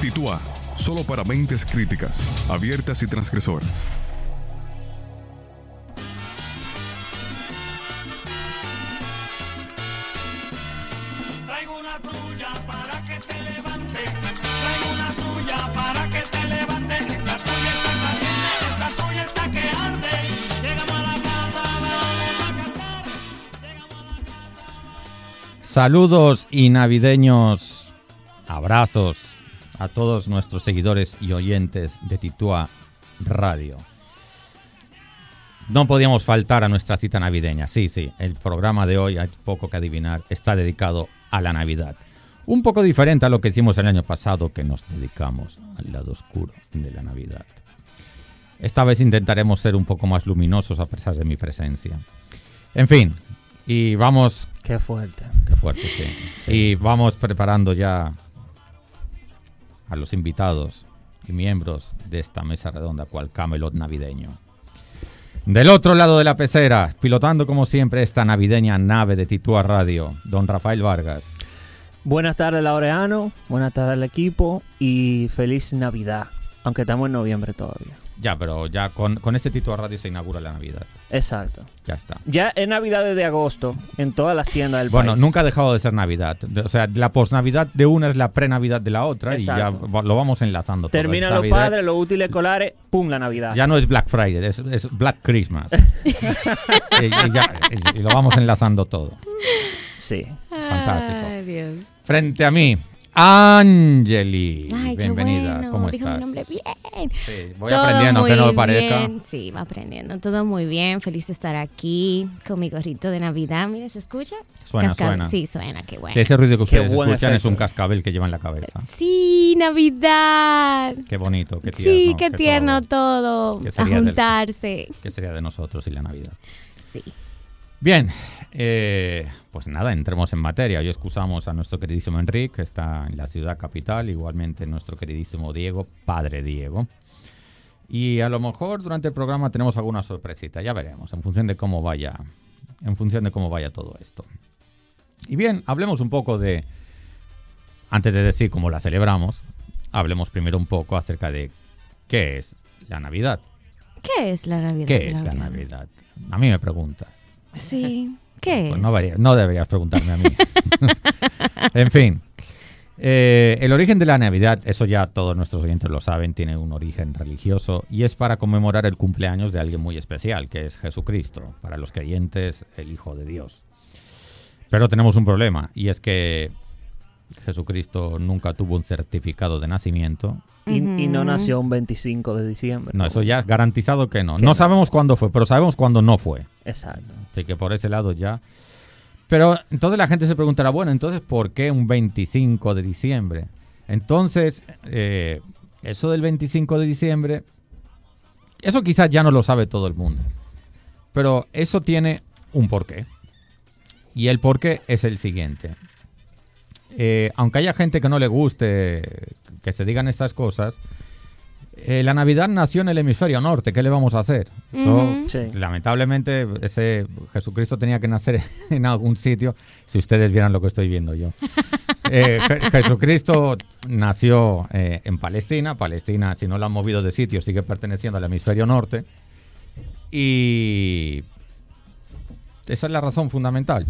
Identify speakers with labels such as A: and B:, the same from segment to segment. A: Tituá, solo para mentes críticas, abiertas y transgresoras.
B: Traigo una tuya para que te levante. Traigo una tuya para que te levante. Esta tuya está caliente, esta tuya está que arde. Llegamos a la casa, vamos a cantar. Llegamos a la casa.
C: Saludos y navideños. Abrazos a todos nuestros seguidores y oyentes de Titúa Radio. No podíamos faltar a nuestra cita navideña. Sí, sí, el programa de hoy, hay poco que adivinar, está dedicado a la Navidad. Un poco diferente a lo que hicimos el año pasado, que nos dedicamos al lado oscuro de la Navidad. Esta vez intentaremos ser un poco más luminosos a pesar de mi presencia. En fin, y vamos
D: Qué fuerte.
C: Qué fuerte, sí. Y vamos preparando ya a los invitados y miembros de esta mesa redonda, cual Camelot navideño. Del otro lado de la pecera, pilotando como siempre esta navideña nave de Titúa Radio, don Rafael Vargas.
D: Buenas tardes, Laureano. Buenas tardes al equipo. Y feliz Navidad. Aunque estamos en noviembre todavía.
C: Ya, pero ya con, con este Titúa Radio se inaugura la Navidad.
D: Exacto.
C: Ya está.
D: Ya es Navidad desde agosto en todas las tiendas del
C: Bueno,
D: país.
C: nunca ha dejado de ser Navidad. De- O sea, la posnavidad de una es la pre-Navidad de la otra y
D: Exacto.
C: ya va- lo vamos enlazando. todo.
D: Terminan
C: Esta
D: los
C: Navidad-
D: padres, los útiles escolares, pum, la
E: Ah.
D: Navidad.
C: Ya no es Black Friday, es, es Black Christmas. y, y ya, y- y lo vamos enlazando todo.
D: Sí.
C: Fantástico.
E: Ay, Dios.
C: Frente a mí, Angeli.
E: Ay,
C: Bienvenida,
E: qué bueno.
C: ¿cómo
E: dijo
C: estás?
E: mi nombre bien.
C: Sí, voy
E: Todo
C: aprendiendo,
E: muy
C: aunque no lo parezca.
E: bien. Sí, va aprendiendo. Todo muy bien. Feliz de estar aquí con mi gorrito de Navidad. Mira, ¿se escucha?
C: Suena,
E: Cascabel.
C: suena.
E: Sí, suena. Qué bueno.
C: Sí, ese ruido que
D: Qué
C: ustedes
D: buen
C: escuchan es
D: efecto.
C: un cascabel que lleva en la cabeza.
E: Sí, Navidad.
C: Qué bonito, qué tierno.
E: sí, qué tierno
C: todo.
E: todo.
C: ¿Qué
E: A
C: sería del-
E: juntarse.
C: ¿Qué sería de nosotros y la Navidad?
E: Sí.
C: Bien, eh, pues nada, entremos en materia. Hoy excusamos a nuestro queridísimo Enrique, que está en la ciudad capital, igualmente nuestro queridísimo Diego, padre Diego. Y a lo mejor durante el programa tenemos alguna sorpresita, ya veremos, en función de cómo vaya, en función de cómo vaya todo esto. Y bien, hablemos un poco de, antes de decir cómo la celebramos, hablemos primero un poco acerca de qué es la Navidad.
E: ¿Qué es la Navidad?
C: ¿Qué es la
E: Laureano?
C: Navidad? A mí me preguntas.
E: Sí. ¿Qué
C: Pues
E: es?
C: no, varía- no deberías preguntarme a mí. en fin. Eh, el origen de la Navidad, eso ya todos nuestros oyentes lo saben, tiene un origen religioso y es para conmemorar el cumpleaños de alguien muy especial, que es Jesucristo, para los creyentes, el Hijo de Dios. Pero tenemos un problema y es que Jesucristo nunca tuvo un certificado de nacimiento.
D: Y, y no
E: Ujú.
D: nació un 25 de diciembre.
C: No, eso ya garantizado que no. No sabemos cuándo fue, pero sabemos cuándo no fue.
D: Exacto.
C: Así que por ese lado ya. Pero entonces la gente se preguntará, bueno, entonces ¿por qué un 25 de diciembre? Entonces, eh, eso del 25 de diciembre, eso quizás ya no lo sabe todo el mundo. Pero eso tiene un porqué. Y el porqué es el siguiente. Eh, aunque haya gente que no le guste que se digan estas cosas, eh, la Navidad nació en el hemisferio norte. ¿Qué le vamos a hacer? Eso,
E: Ujú.
D: Sí.
C: Lamentablemente, ese Jesucristo tenía que nacer en algún sitio. Si ustedes vieran lo que estoy viendo yo. Eh, Je- Jesucristo nació eh, en Palestina. Palestina, si no la han movido de sitio, sigue perteneciendo al hemisferio norte. Y esa es la razón fundamental.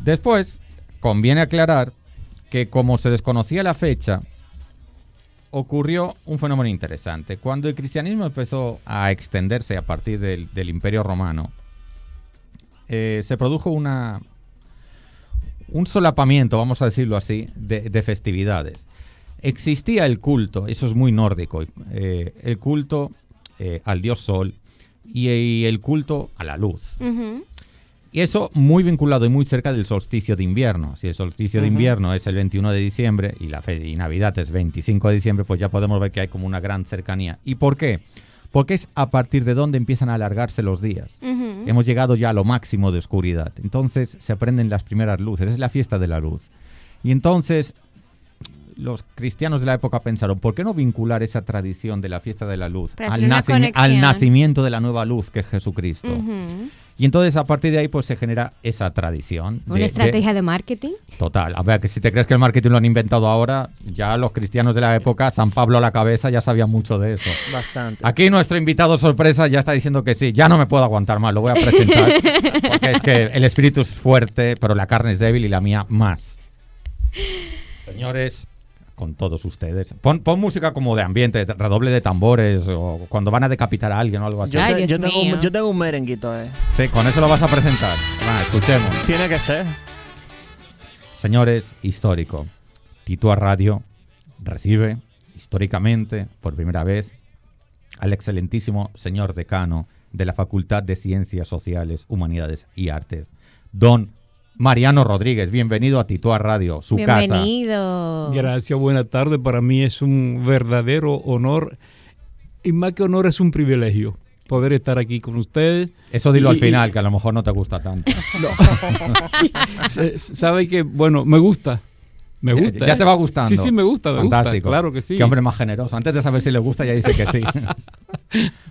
C: Después, conviene aclarar que como se desconocía la fecha, ocurrió un fenómeno interesante. Cuando el cristianismo empezó a extenderse a partir del, del Imperio Romano, eh, se produjo una un solapamiento, vamos a decirlo así, de, de festividades. Existía el culto, eso es muy nórdico, eh, el culto eh, al dios Sol y- y el culto a la luz.
E: Ujú.
C: Y eso muy vinculado y muy cerca del solsticio de invierno. Si el solsticio de
D: Ujú.
C: invierno es el 21 de diciembre y la fe y Navidad es 25 de diciembre, pues ya podemos ver que hay como una gran cercanía. ¿Y por qué? Porque es a partir de donde empiezan a alargarse los días.
E: Ujú.
C: Hemos llegado ya a lo máximo de oscuridad. Entonces se prenden las primeras luces. Es la fiesta de la luz. Y entonces los cristianos de la época pensaron, ¿por qué no vincular esa tradición de la fiesta de la luz
E: Para hacer
C: al,
E: una
C: nacimi- al
E: conexión.
C: nacimiento de la nueva luz que es Jesucristo?
E: Ujú.
C: Y entonces a partir de ahí pues se genera esa tradición. de-
E: Una
C: de-
E: estrategia de marketing.
C: total. A ver, que si te crees que el marketing lo han inventado ahora, ya los cristianos de la época, San Pablo a la cabeza, ya sabían mucho de eso.
D: Bastante.
C: Aquí nuestro invitado sorpresa ya está diciendo que sí, ya no me puedo aguantar más, lo voy a presentar. Porque es que el espíritu es fuerte, pero la carne es débil y la mía más. Señores, con todos ustedes. Pon, pon música como de ambiente, de redoble de tambores o cuando van a decapitar a alguien o algo así.
D: Yo,
E: Ay,
D: te-
E: Dios
D: yo tengo, un-
E: mío.
D: yo tengo un merenguito, eh.
C: Sí, con eso lo vas a presentar. Va, escuchemos.
D: Tiene que ser.
C: Señores, histórico. Tituar Radio recibe históricamente, por primera vez, al excelentísimo señor decano de la Facultad de Ciencias Sociales, Humanidades y Artes, don Mariano Rodríguez. Bienvenido a Tituar Radio, su casa.
E: Bienvenido.
F: Gracias, buena tarde. Para mí es un verdadero honor y más que honor es un privilegio poder estar aquí con ustedes.
C: Eso dilo al
F: Y-
C: final, que a lo mejor no te gusta tanto.
F: S- Eh, Sabe que, bueno, me gusta. Me
C: Ya-
F: gusta.
C: ya,
F: ¿eh?
C: te va gustando.
F: Sí, sí, me gusta, me gusta,
C: Fantástico.
F: claro que sí.
C: Qué hombre más generoso. Antes de saber si le gusta, ya dice que sí.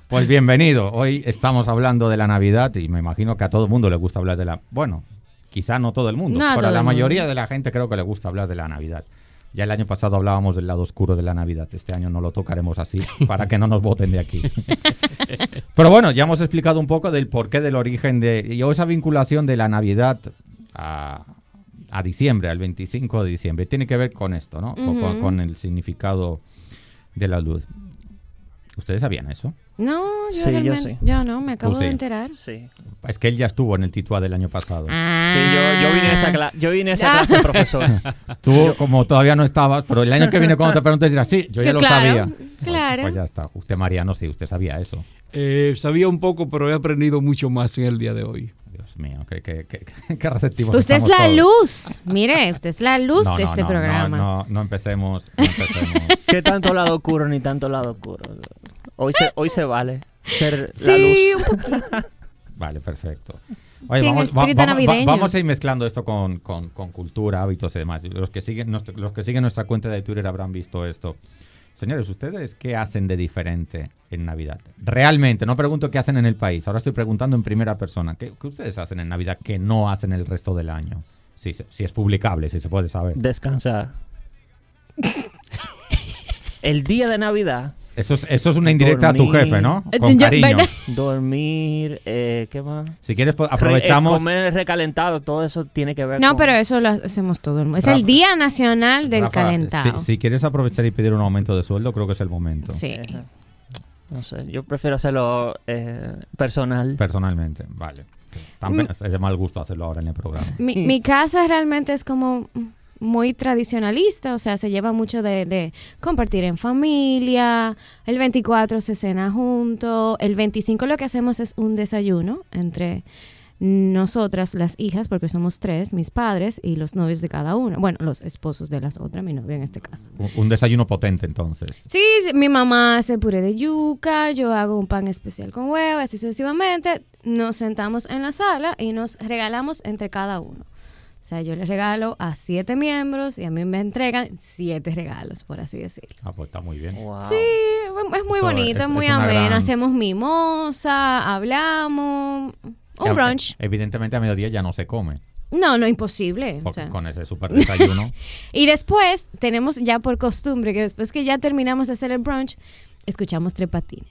C: pues bienvenido. Hoy estamos hablando de la Navidad y me imagino que a todo el mundo le gusta hablar de la. Bueno, quizá no todo el mundo,
E: No a
C: pero
E: todo
C: a la
E: el mundo.
C: mayoría de la gente creo que le gusta hablar de la Navidad. Ya el año pasado hablábamos del lado oscuro de la Navidad. Este año no lo tocaremos así para que no nos voten de aquí. Pero bueno, ya hemos explicado un poco del porqué del origen de. Y esa vinculación de la Navidad a, a diciembre, al 25 de diciembre. Tiene que ver con esto, ¿no? Con- con,
E: Ujú.
C: con el significado de la luz. ¿Ustedes sabían eso?
E: No, yo
D: Sí, yo
E: realmente.
D: sí.
E: yo no, me acabo
C: Tú sí.
E: de enterar.
D: Sí.
C: Es que él ya estuvo en el Tituá del año pasado.
E: Ah.
D: Sí, yo, yo vine a esa, cla- yo vine a esa clase, profesor.
C: Tú, como todavía no estabas, pero el año que viene, cuando te preguntes, dirás, sí, yo
E: Sí,
C: ya lo
E: claro,
C: sabía.
E: claro.
C: Pues, pues ya está. Usted, Mariano, sí, usted sabía eso.
F: Eh, sabía un poco, pero he aprendido mucho más en el día de hoy.
C: Dios mío, qué, qué, qué, qué
D: pues
C: receptivos
E: Usted es
C: estamos
E: la
C: todos.
E: luz. Mire, usted es la luz
C: No,
E: de
C: no,
E: este
C: no,
E: programa.
C: No, no, no empecemos. No empecemos.
D: ¿Qué tanto lado oscuro ni tanto lado oscuro? Hoy se, hoy se vale ser
E: Sí,
D: la
E: un
D: luz.
E: poquito.
C: Vale, perfecto.
E: Sí, en espíritu navideño.
C: vamos a ir mezclando esto con, con- con cultura, hábitos y demás. Los que, siguen, nuestro- los que siguen nuestra cuenta de Twitter habrán visto esto. Señores, ¿ustedes qué hacen de diferente en Navidad? Realmente, no pregunto qué hacen en el país. Ahora estoy preguntando en primera persona. ¿Qué, qué ustedes hacen en Navidad que no hacen el resto del año? Si, se- si es publicable, si se puede saber.
D: Descansar. El día de Navidad,
C: Eso es, eso es una indirecta a tu
D: Dormir.
C: jefe, ¿no? Con
E: Eh, Yo-
C: cariño.
E: ¿verdad?
D: dormir, eh, ¿qué más?
C: Si quieres, po-
D: Re- eh,
C: aprovechamos.
D: comer recalentado, todo eso tiene que ver
E: No,
D: con-
E: pero eso lo hacemos todo el mundo. Es
C: Rafa,
E: el Día Nacional del
C: Rafa,
E: Calentado.
C: Si, si quieres aprovechar y pedir un aumento de sueldo, creo que es el momento.
E: Sí.
D: Ajá. No sé, yo prefiero hacerlo eh, personal.
C: Personalmente, vale.
E: Mm.
C: También es de mal gusto hacerlo ahora en el programa.
E: Mi, mi casa realmente es como muy tradicionalista, o sea, se lleva mucho de, de compartir en familia, el 24 se cena junto, el 25 lo que hacemos es un desayuno entre nosotras, las hijas, porque somos tres, mis padres y los novios de cada una, bueno, los esposos de las otras, mi novio en este caso.
C: Un, un desayuno potente, entonces.
E: Sí, sí, mi mamá hace puré de yuca, yo hago un pan especial con huevo, así sucesivamente. Nos sentamos en la sala y nos regalamos entre cada uno. O sea, yo les regalo a siete miembros y a mí me entregan siete regalos, por así decirlo.
C: Ah, pues está muy bien.
D: Wow.
E: Sí, es muy
C: Eso
E: bonito,
C: es-
E: es, muy
C: es una
E: ameno.
C: gran-
E: Hacemos mimosa, hablamos,
C: Eh,
E: un brunch.
C: Evidentemente a mediodía ya no se come
E: No, no, imposible. o
C: por-
E: sea.
C: con ese super desayuno.
E: Y después tenemos ya por costumbre que después que ya terminamos de hacer el brunch, escuchamos tres patines.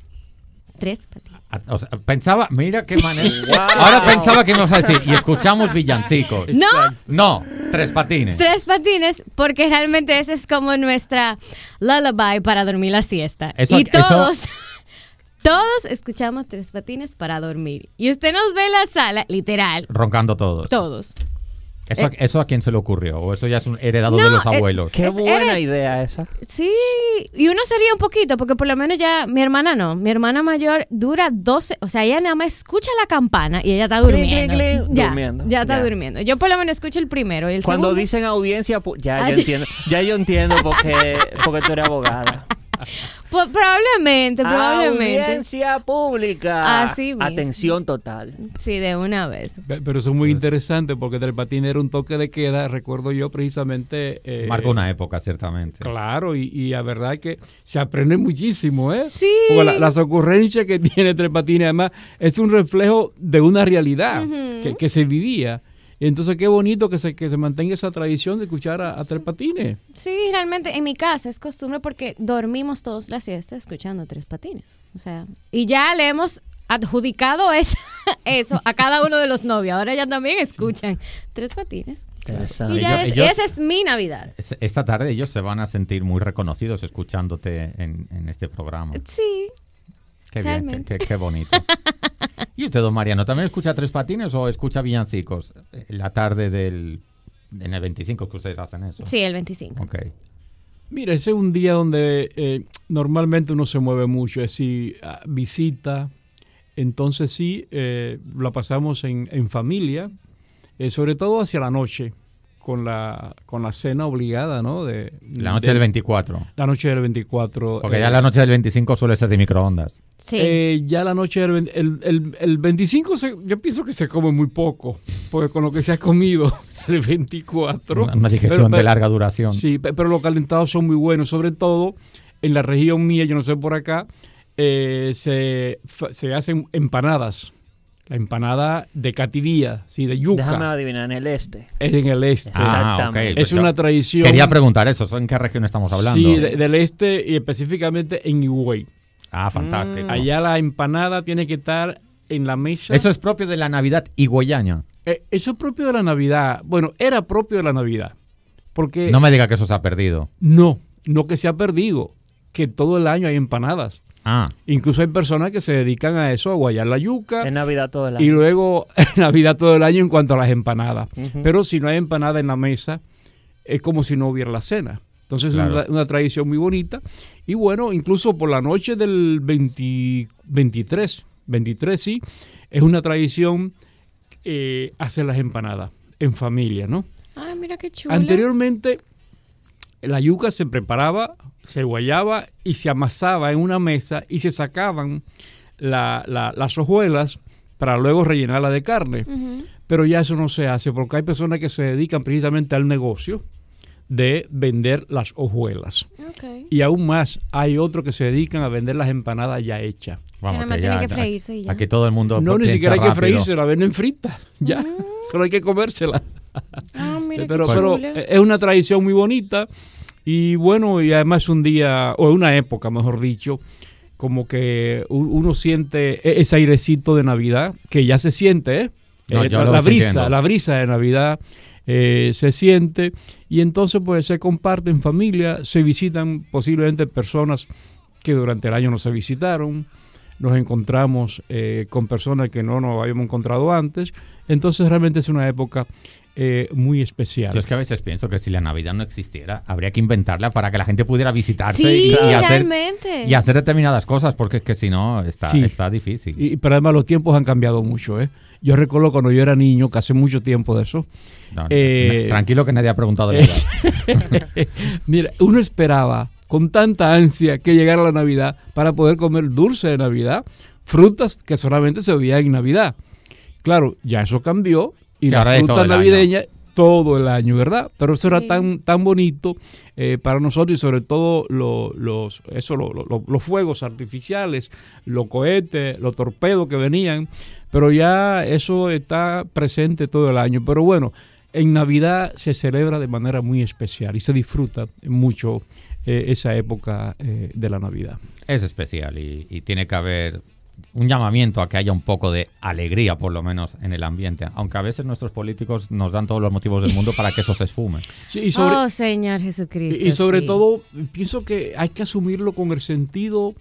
E: Tres patines.
C: Ah, o sea, pensaba, mira qué manera. Ahora pensaba que nos ibas a decir, y escuchamos villancicos.
E: No,
C: No, tres patines.
E: tres patines, porque realmente esa es como nuestra lullaby para dormir la siesta.
C: Eso-
E: y
C: eso-
E: todos, todos escuchamos tres patines para dormir. Y usted nos ve en la sala, literal,
C: Roncando todos.
E: todos.
C: Eso, eso a quién se le ocurrió, o eso ya es un heredado de
E: eh. No,
C: los
E: eh,
C: abuelos.
D: Qué
E: Es-
D: buena
E: eres-
D: idea esa.
E: Sí, y uno se ríe un poquito, porque por lo menos ya mi hermana no. Mi hermana mayor dura 12, o sea, ella nada más escucha la campana y ella está
D: Cling, cling,
E: durmiendo.
D: cling.
E: Ya,
D: Durmiendo,
E: ya está
D: ya.
E: durmiendo. Yo por lo menos escucho el primero y el
D: Cuando
E: segundo.
D: dicen audiencia, pu- ya
E: Ah,
D: yo
E: sí.
D: entiendo, ya yo entiendo porque, porque tú eres abogada.
E: Po-
D: Ah,
E: probablemente, probablemente.
D: Audiencia pública.
E: Así mismo.
D: Atención total.
E: Sí, de una vez.
F: Pe- Pero eso es
C: Pues
F: muy interesante porque Del Patín era un toque de queda, recuerdo yo precisamente. eh,
C: Marcó una época, ciertamente.
E: Este,
F: Claro, y, y la verdad que se aprende muchísimo, ¿eh?
E: Sí.
F: Porque la- las ocurrencias que tiene Tres Patines, además, es un reflejo de una realidad que, que se vivía. Entonces, qué bonito que se, que se mantenga esa tradición de escuchar a, a Tres Patines.
E: Sí, realmente en mi casa es costumbre porque dormimos todos la siesta escuchando tres patines. O sea, y ya le hemos adjudicado esa- eso a cada uno de los novios. Ahora ya también escuchan tres patines.
D: Interesante.
E: Y ya
C: Ellos-
E: es-
C: ellos-
E: esa es mi Navidad.
C: Es- Esta tarde ellos se van a sentir muy reconocidos escuchándote en, en este programa.
E: Sí.
C: Qué bien, qué-
E: realmente.
C: qué, qué bonito. ¿Y usted, don Mariano, también escucha Tres Patines o escucha Villancicos? Eh, La tarde del... En el 25 que ustedes hacen eso.
E: Sí, el 25.
C: Ok.
F: Mira, ese es un día donde eh, normalmente uno se mueve mucho, es decir, ah, visita. Entonces sí, eh, la pasamos en, en familia, eh, sobre todo hacia la noche, con la, con la cena obligada, ¿no? De,
C: La noche
F: de-
C: del 24.
F: La noche del 24.
C: Porque
F: eh,
C: ya la noche del 25 suele ser de microondas.
E: Sí.
F: eh, ya la noche del vein- el, el- el 25, se- yo pienso que se come muy poco, porque con lo que se ha comido el 24.
C: Una, una
F: pero-
C: digestión de
F: pero-
C: larga duración.
F: Sí, pe- pero los calentados son muy buenos, sobre todo en la región mía, yo no sé por acá, eh, se, fa- se hacen empanadas. La empanada de cativía, sí, de
D: Déjame
F: yuca,
D: adivinar, en el este.
F: es en el este.
C: Ah, ok.
D: Exactamente.
C: Pues
F: es
C: yo
F: una tradición.
C: Quería preguntar eso. ¿En qué región estamos hablando?
F: Sí, de- del este y específicamente en Higüey.
C: Ah, fantástico.
F: Mm, Allá la empanada tiene que estar en la mesa.
C: Eso es propio de la Navidad higüeyana.
F: Eh, eso es propio de la Navidad. Bueno, era propio de la Navidad. Porque
C: No me diga que eso se ha perdido.
F: no, no que se ha perdido, que todo el año hay empanadas.
C: Ah,
F: Incluso hay personas que se dedican a eso, a guayar la yuca
D: Es Navidad todo el año.
F: y luego Navidad todo el año en cuanto a las empanadas.
D: Ujú.
F: Pero si no hay empanada en la mesa, es como si no hubiera la cena. Entonces es
C: Claro.
F: una, una tradición muy bonita. Y bueno, incluso por la noche del 20 23, 23 sí, es una tradición eh, hacer las empanadas en familia, ¿no?
E: Ay, mira qué chulo.
F: Anteriormente, la yuca se preparaba, se guayaba y se amasaba en una mesa y se sacaban la- la- las hojuelas para luego rellenarla de carne.
E: Ujú.
F: Pero ya eso no se hace porque hay personas que se dedican precisamente al negocio de vender las hojuelas.
E: Ok.
F: Y aún más, hay otros que se dedican a vender las empanadas ya hechas.
C: vamos,
E: nada más
C: que
E: tiene
C: ya-
E: que freírse y ya.
C: Aquí todo el mundo.
F: No, ni
C: pues piensa
F: siquiera hay que
C: rápido.
F: freírse, la venden fritas, ya. Solo hay que comérsela.
E: Ah, mira
F: Eh, pero,
E: qué ¿eh?
F: pero eh,
E: chulo.
F: es una tradición muy bonita y bueno, y además un día, o una época mejor dicho, como que u- uno siente e- ese airecito de Navidad, que ya se siente, ¿eh?
C: No,
F: Eh,
C: yo
F: la,
C: lo
F: la
C: voy
F: brisa,
C: sintiendo.
F: la brisa de Navidad eh, se siente y entonces pues se comparte en familia, se visitan posiblemente personas que durante el año no se visitaron, nos encontramos eh, con personas que no nos habíamos encontrado antes, entonces realmente es una época eh, muy especial.
C: Yo es que a veces pienso que si la Navidad no existiera, habría que inventarla para que la gente pudiera visitarse
E: Sí,
C: y, y hacer,
E: realmente.
C: y hacer determinadas cosas, porque es que si no, está,
F: Sí.
C: está difícil.
F: Y, pero además los tiempos han cambiado mucho, ¿eh? Yo recuerdo cuando yo era niño, que hace mucho tiempo de eso,
C: No, no,
F: eh,
C: na- tranquilo que nadie ha preguntado la edad.
F: mira, uno esperaba con tanta ansia que llegara la Navidad para poder comer dulce de Navidad, frutas que solamente se veían en Navidad. Claro, ya eso cambió y
C: Que
F: la
C: ahora es todo
F: fruta
C: el año.
F: navideña todo el año, ¿verdad? Pero eso era
E: Sí.
F: tan, tan bonito eh, para nosotros y sobre todo lo- los, eso, lo- lo- lo- los fuegos artificiales, los cohetes, los torpedos que venían, pero ya eso está presente todo el año. Pero bueno, en Navidad se celebra de manera muy especial y se disfruta mucho eh, esa época eh, de la Navidad.
C: Es especial y, y tiene que haber un llamamiento a que haya un poco de alegría, por lo menos, en el ambiente. Aunque a veces nuestros políticos nos dan todos los motivos del mundo para que eso se esfume.
F: Sí, y sobre-
E: oh, Señor Jesucristo.
F: Y, y sobre
E: sí.
F: todo, pienso que hay que asumirlo con el sentido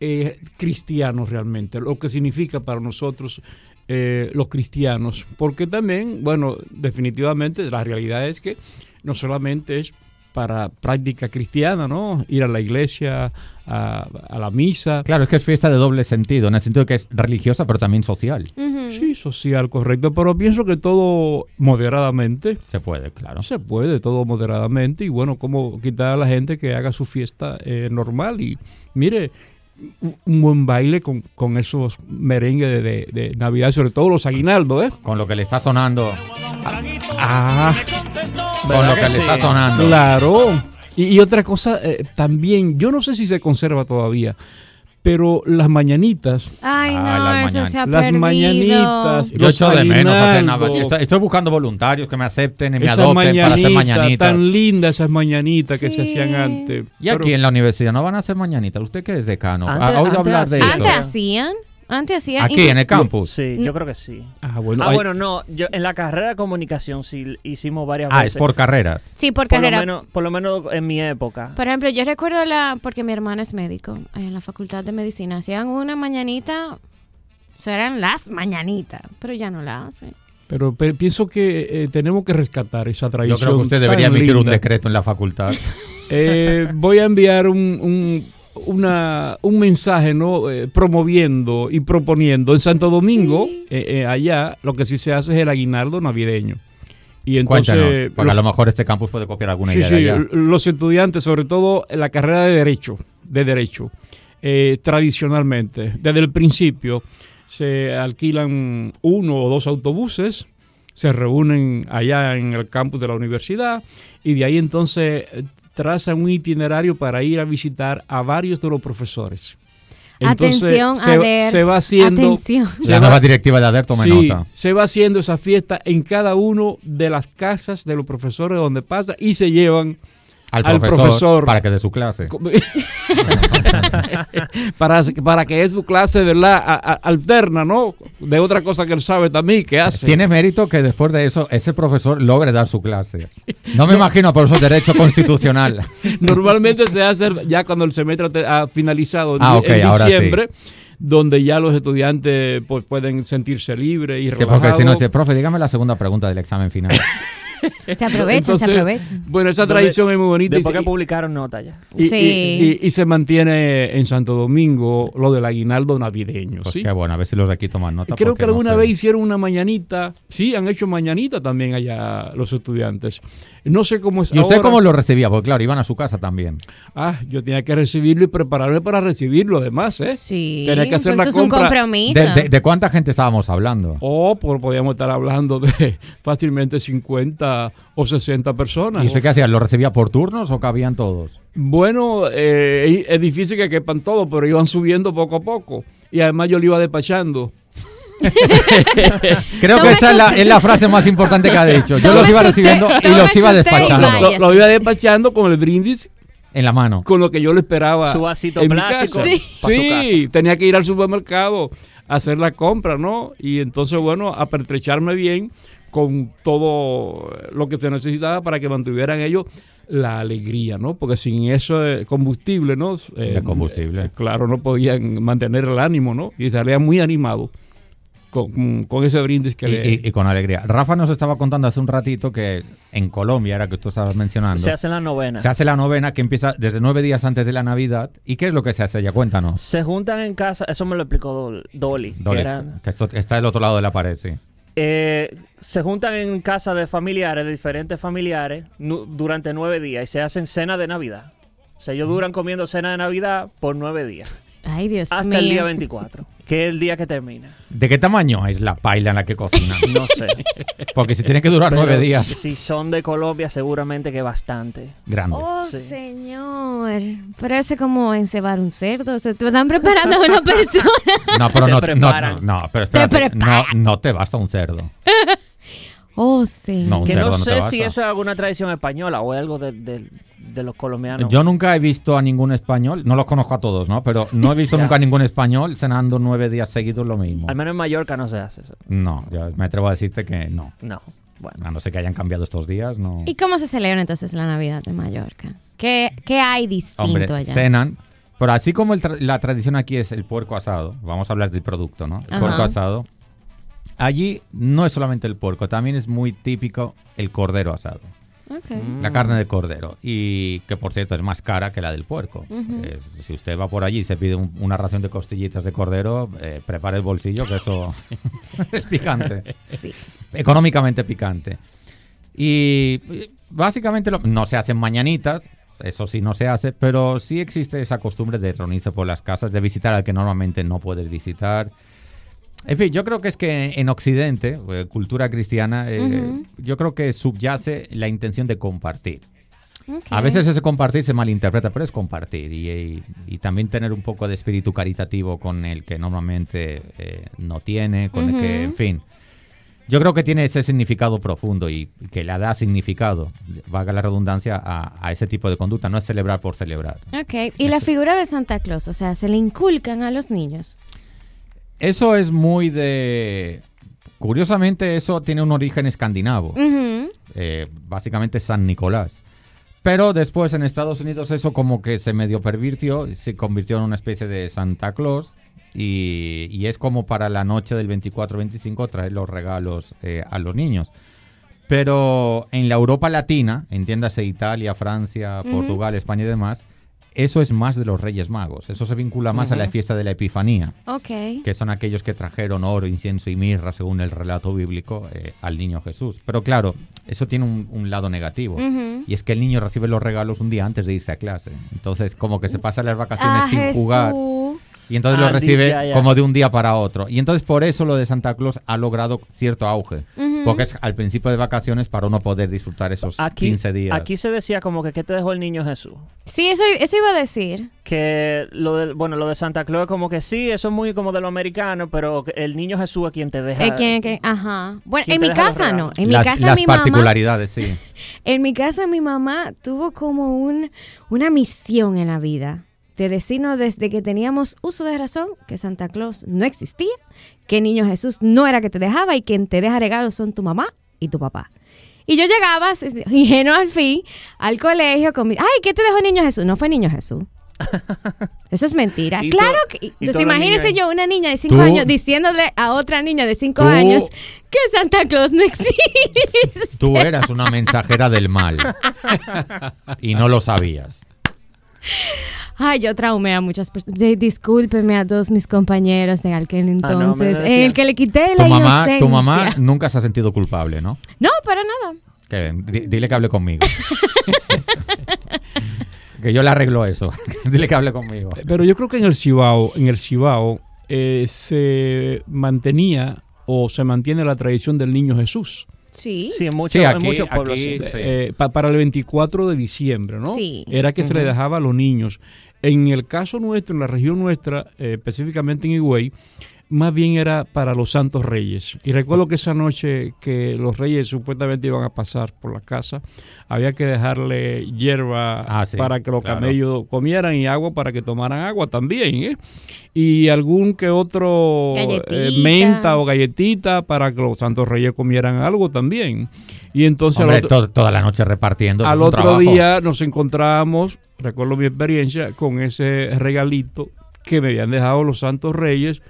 F: eh, cristiano realmente, lo que significa para nosotros eh, los cristianos. Porque también, bueno, definitivamente la realidad es que no solamente es para práctica cristiana, ¿no? Ir a la iglesia, a, a la misa.
C: Claro, es que es fiesta de doble sentido, en el sentido que es religiosa, pero también social.
E: Ujú.
F: Sí, social, correcto, pero pienso que todo moderadamente.
C: Se puede, claro.
F: Se puede, todo moderadamente. Y bueno, ¿cómo quitar a la gente que haga su fiesta eh, normal? Y mire, un- un buen baile con, con esos merengues de, de- de Navidad, sobre todo los aguinaldos, ¿eh?
C: Con lo que le está sonando.
F: Ah,
C: Con lo que, le está sonando.
F: claro. Y, y otra cosa eh, también, yo no sé si se conserva todavía, pero las mañanitas,
E: Ay,
C: Ah,
E: no,
C: las
E: eso se ha
F: las
E: perdido.
F: mañanitas,
C: Yo
F: los
C: echo de menos hacer
F: aguinaldos.
C: Navidad. Estoy, estoy buscando voluntarios que me acepten y me
F: Esas
C: adopten para hacer
F: mañanitas,
C: mañanitas.
F: tan lindas esas mañanitas que se
E: Sí.
F: hacían antes.
C: Y aquí
F: Pero-
C: en la universidad no van a hacer mañanitas. ¿Usted qué es decano? ¿Ha
D: Antes-
C: ha oído
D: antes
C: hablar de
D: hacían.
C: eso?
E: Antes hacían, antes hacían.
C: Aquí en el campus.
D: Sí, yo creo que sí.
F: Ah, bueno,
D: ah,
F: hay-
D: bueno, no, yo en la carrera de comunicación sí hicimos varias
C: Ah, es
D: veces.
C: por carreras.
E: Sí, por
D: por lo,
E: carrera.
D: menos, por lo menos en mi época.
E: Por ejemplo, yo recuerdo la, porque mi hermana es médico, en la facultad de medicina, hacían una mañanita, o sea, eran las mañanitas, pero ya no la hacen.
F: Pero, pe- pienso que eh, tenemos que rescatar esa
C: Yo
F: tradición.
C: creo que usted
F: tan
C: debería emitir un
F: linda.
C: decreto en la facultad.
F: Eh, voy a enviar un, un- una- un mensaje ¿no? Eh, promoviendo y proponiendo en Santo Domingo,
E: Sí.
F: eh, eh, allá, lo que sí se hace es el aguinaldo navideño. Y entonces,
C: Cuéntanos, porque a
F: los-
C: lo mejor este campus puede copiar alguna
F: Sí,
C: idea
F: sí,
C: de allá.
F: los estudiantes, sobre todo en la carrera de derecho, de derecho, eh, tradicionalmente, desde el principio se alquilan uno o dos autobuses, se reúnen allá en el campus de la universidad y de ahí entonces eh, trazan un itinerario para ir a visitar a varios de los profesores.
E: Atención,
F: se,
E: Ader,
F: se va haciendo
E: Atención.
F: se
C: La
F: va-
C: nueva directiva de ADER, tome
F: Sí,
C: nota.
F: se va haciendo esa fiesta en cada uno de las casas de los profesores donde pasa y se llevan
C: Al
F: al
C: profesor,
F: profesor.
C: para que dé su clase.
F: Co- para, para que es su clase, ¿verdad? A- a- alterna, ¿no? De otra cosa que él sabe también que hace.
C: Tiene mérito que después de eso ese profesor logre dar su clase. No me imagino por eso derecho constitucional.
F: Normalmente se hace ya cuando el semestre te- ha finalizado en,
C: Ah,
F: di-
C: ok,
F: en
C: ahora
F: diciembre, donde ya los estudiantes pues pueden sentirse libres y
C: Sí, porque
F: relajados.
C: si no, dice, profe, dígame la segunda pregunta del examen final.
E: Se aprovechan, se
F: Entonces,
E: aprovechan.
F: Bueno, esa
D: Donde-
F: tradición es muy bonita. y
D: Después
F: se-
D: que publicaron nota ya.
F: y, y-
E: Sí.
F: y- y se mantiene en Santo Domingo lo del aguinaldo navideño.
C: Pues
F: ¿sí?
C: qué bueno, a ver si los de aquí toman nota.
F: Creo
C: porque
F: que
C: no
F: alguna
C: sé.
F: vez hicieron una mañanita. Sí, han hecho mañanita también allá los estudiantes. No sé cómo es
C: ¿Y usted
F: ahora.
C: cómo lo recibía? Porque claro, iban a su casa también.
F: Ah, yo tenía que recibirlo y prepararme para recibirlo además, ¿eh?
E: Sí,
F: Tenía que hacer
E: eso
F: la
E: es un
F: compra.
E: compromiso.
C: ¿De, de- de cuánta gente estábamos hablando?
F: O por, podíamos estar hablando de fácilmente 50 o 60 personas.
C: ¿Y usted qué hacía? ¿Lo recibía por turnos o cabían todos?
F: Bueno, eh, es difícil que quepan todos, pero iban subiendo poco a poco. Y además yo lo iba despachando.
C: Creo que
E: Tome
C: esa es la,
E: su-
C: es la frase más importante que ha dicho. Yo los
E: Tome
C: iba
E: su té,
C: recibiendo y
E: tome
C: los
E: su
C: iba
E: té y
C: despachando
E: vaya.
F: Lo, lo iba despachando con el brindis
C: en la mano.
F: con lo que yo le esperaba.
D: Su vasito
F: en mi
D: plástico
F: casa.
D: Sí. pa' su
F: Sí, tenía que ir al supermercado a hacer la compra, ¿no? Y entonces, bueno, a pertrecharme bien con todo lo que se necesitaba para que mantuvieran ellos la alegría, ¿no? Porque sin eso eh, combustible, ¿no? Eh,
C: El combustible.
F: eh, claro, no podían mantener el ánimo, ¿no? Y salían muy animados con, con- con ese brindis que
C: Y,
F: le...
C: y- y con alegría. Rafa nos estaba contando hace un ratito que en Colombia, era que tú estabas mencionando,
D: Se hace la novena.
C: se hace la novena que empieza desde nueve días antes de la Navidad. ¿Y qué es lo que se hace ya? Cuéntanos.
D: Se juntan en casa, eso me lo explicó Dol- Dolly. que
C: Dole,
D: era-
C: que esto está del otro lado de la pared, sí.
D: eh, se juntan en casa de familiares, de diferentes familiares, nu- durante nueve días y se hacen cena de Navidad. O sea, ellos duran comiendo cena de Navidad por nueve días.
E: Ay, Dios
D: Hasta
E: mío.
D: el día 24, que es el día que termina.
C: ¿De qué tamaño es la paila en la que cocinan?
D: No sé.
C: Porque si tiene que durar
D: Pero
C: nueve días.
D: Si son de Colombia, seguramente que bastante.
C: Grandes.
E: Oh,
D: Sí.
E: señor. Pero eso es como encebar un cerdo. O sea, te están preparando a una persona.
C: No, pero
D: Te
C: no, no, no,
D: preparan.
C: no, pero espérate,
E: Te
C: no,
E: preparan.
C: no te basta un cerdo.
E: Oh, señor.
C: No, un
D: Que
C: cerdo
D: no
C: no te
D: sé
C: basta.
D: si eso es alguna tradición española o algo de, de- de los colombianos.
C: Yo nunca he visto a ningún español, no los conozco a todos, ¿no? Pero no he visto nunca a ningún español cenando nueve días seguidos lo mismo.
D: Al menos en Mallorca no se hace eso.
C: No, yo me atrevo a decirte que no.
D: No. Bueno.
C: A no ser que hayan cambiado estos días, no.
E: ¿Y cómo se celebra entonces la Navidad de Mallorca? ¿Qué, qué hay distinto
C: Hombre,
E: allá?
C: cenan. Pero así como el tra- la tradición aquí es el puerco asado, vamos a hablar del producto, ¿no? El
E: Ajá.
C: puerco asado. Allí no es solamente el puerco, también es muy típico el cordero asado.
E: Ok.
C: La carne de cordero. Y que por cierto es más cara que la del puerco. Es- si usted va por allí y se pide un- una ración de costillitas de cordero, eh, prepare el bolsillo, que eso es picante. Económicamente picante. Y eh, básicamente lo- no se hacen mañanitas, eso sí no se hace, pero sí existe esa costumbre de reunirse por las casas, de visitar al que normalmente no puedes visitar. En fin, yo creo que es que en Occidente, eh, cultura cristiana, eh,
E: Ujú.
C: yo creo que subyace la intención de compartir.
E: Ok.
C: A veces ese compartir se malinterpreta, pero es compartir y, y- y también tener un poco de espíritu caritativo con el que normalmente eh, no tiene, con el que,
E: Ujú.
C: en fin. Yo creo que tiene ese significado profundo y que le da significado, valga la redundancia, a, a ese tipo de conducta. No es celebrar por celebrar.
E: Ok. Y la figura de Santa Claus, o sea, se le inculcan a los niños.
C: Eso es muy de... Curiosamente, eso tiene un origen escandinavo.
E: Ujú.
C: eh, básicamente San Nicolás. Pero después en Estados Unidos eso como que se medio pervirtió, y se convirtió en una especie de Santa Claus y, y es como para la noche del 24-25 traer los regalos eh, a los niños. Pero en la Europa Latina, entiéndase Italia, Francia,
E: Ujú.
C: Portugal, España y demás, eso es más de los Reyes Magos, eso se vincula más a la fiesta de la Epifanía
E: Ok.
C: que son aquellos que trajeron oro, incienso y mirra, según el relato bíblico, eh, al niño Jesús. Pero claro, eso tiene un, un lado negativo.
E: Ujú.
C: Y es que el niño recibe los regalos un día antes de irse a clase. Entonces, como que se pasa las vacaciones
E: Ah,
C: sin
E: Jesús.
C: jugar. Y entonces lo
D: Andy,
C: recibe
D: ya, ya.
C: como de un día para otro. Y entonces por eso lo de Santa Claus ha logrado cierto auge.
E: Ujú.
C: Porque es al principio de vacaciones para uno poder disfrutar esos
D: Aquí,
C: 15 días.
D: aquí se decía como que ¿qué te dejó el niño Jesús?
E: Sí, eso, eso iba a decir.
D: Que lo de, bueno, lo de Santa Claus es como que sí, eso es muy como de lo americano, pero el niño Jesús es quien te deja.
E: Eh, que- que- ajá. Bueno,
D: ¿quién
E: en
D: te
E: mi
D: deja los
E: casa no.
D: regalos?
E: En mi
C: las
E: casa
C: las
E: mi mamá
C: particularidades, sí.
E: En mi casa mi mamá tuvo como un, una misión en la vida de decirnos desde que teníamos uso de razón que Santa Claus no existía, que Niño Jesús no era que te dejaba y quien te deja regalos son tu mamá y tu papá. Y yo llegaba, ingenuo al fin, al colegio con mi... ¡Ay, qué te dejó Niño Jesús! No fue Niño Jesús. Eso es mentira.
D: Y
E: claro
D: to-
E: que...
D: y
E: Entonces
D: todos los
E: imagínense
D: niños-
E: yo, una niña de 5
C: Tú-
E: años, diciéndole a otra niña de 5
C: Tú-
E: años que Santa Claus no existe.
C: Tú eras una mensajera del mal. Y no lo sabías.
E: Ay, yo traumé a muchas personas. Discúlpeme a todos mis compañeros en aquel
D: Ah, no, me
E: entonces, en
D: decía.
E: el que le quité la
C: Tu mamá,
E: inocencia.
C: tu mamá nunca se ha sentido culpable, ¿no?
E: No, para nada.
C: Que, di- dile que hable conmigo. que yo le arreglo eso. dile que hable conmigo.
F: Eh, Pero yo creo que en el Cibao, en el Cibao eh, se mantenía o se mantiene la tradición del niño Jesús
E: Sí.
D: Sí, en, muchos-
C: Sí,
D: en
C: aquí-
D: muchos pueblos.
C: aquí-
D: sí.
C: Sí.
F: eh, pa- para el 24 de diciembre, ¿no?
E: Sí.
F: Era que se le dejaba a los niños. En el caso nuestro, en la región nuestra, eh, específicamente en Higüey, más bien era para los Santos Reyes. Y recuerdo que esa noche que los Reyes supuestamente iban a pasar por la casa, había que dejarle hierba
C: Ah, sí,
F: para que los
C: claro.
F: camellos comieran y agua para que tomaran agua también, ¿eh? Y algún que otro eh,
E: Galletita.
F: menta o galletita para que los Santos Reyes comieran algo también. Y entonces al
C: Hombre,
F: otro-
C: to- toda la noche repartiendo. eso
F: al
C: es un
F: otro
C: trabajo.
F: día nos encontrábamos, recuerdo mi experiencia, con ese regalito que me habían dejado los Santos Reyes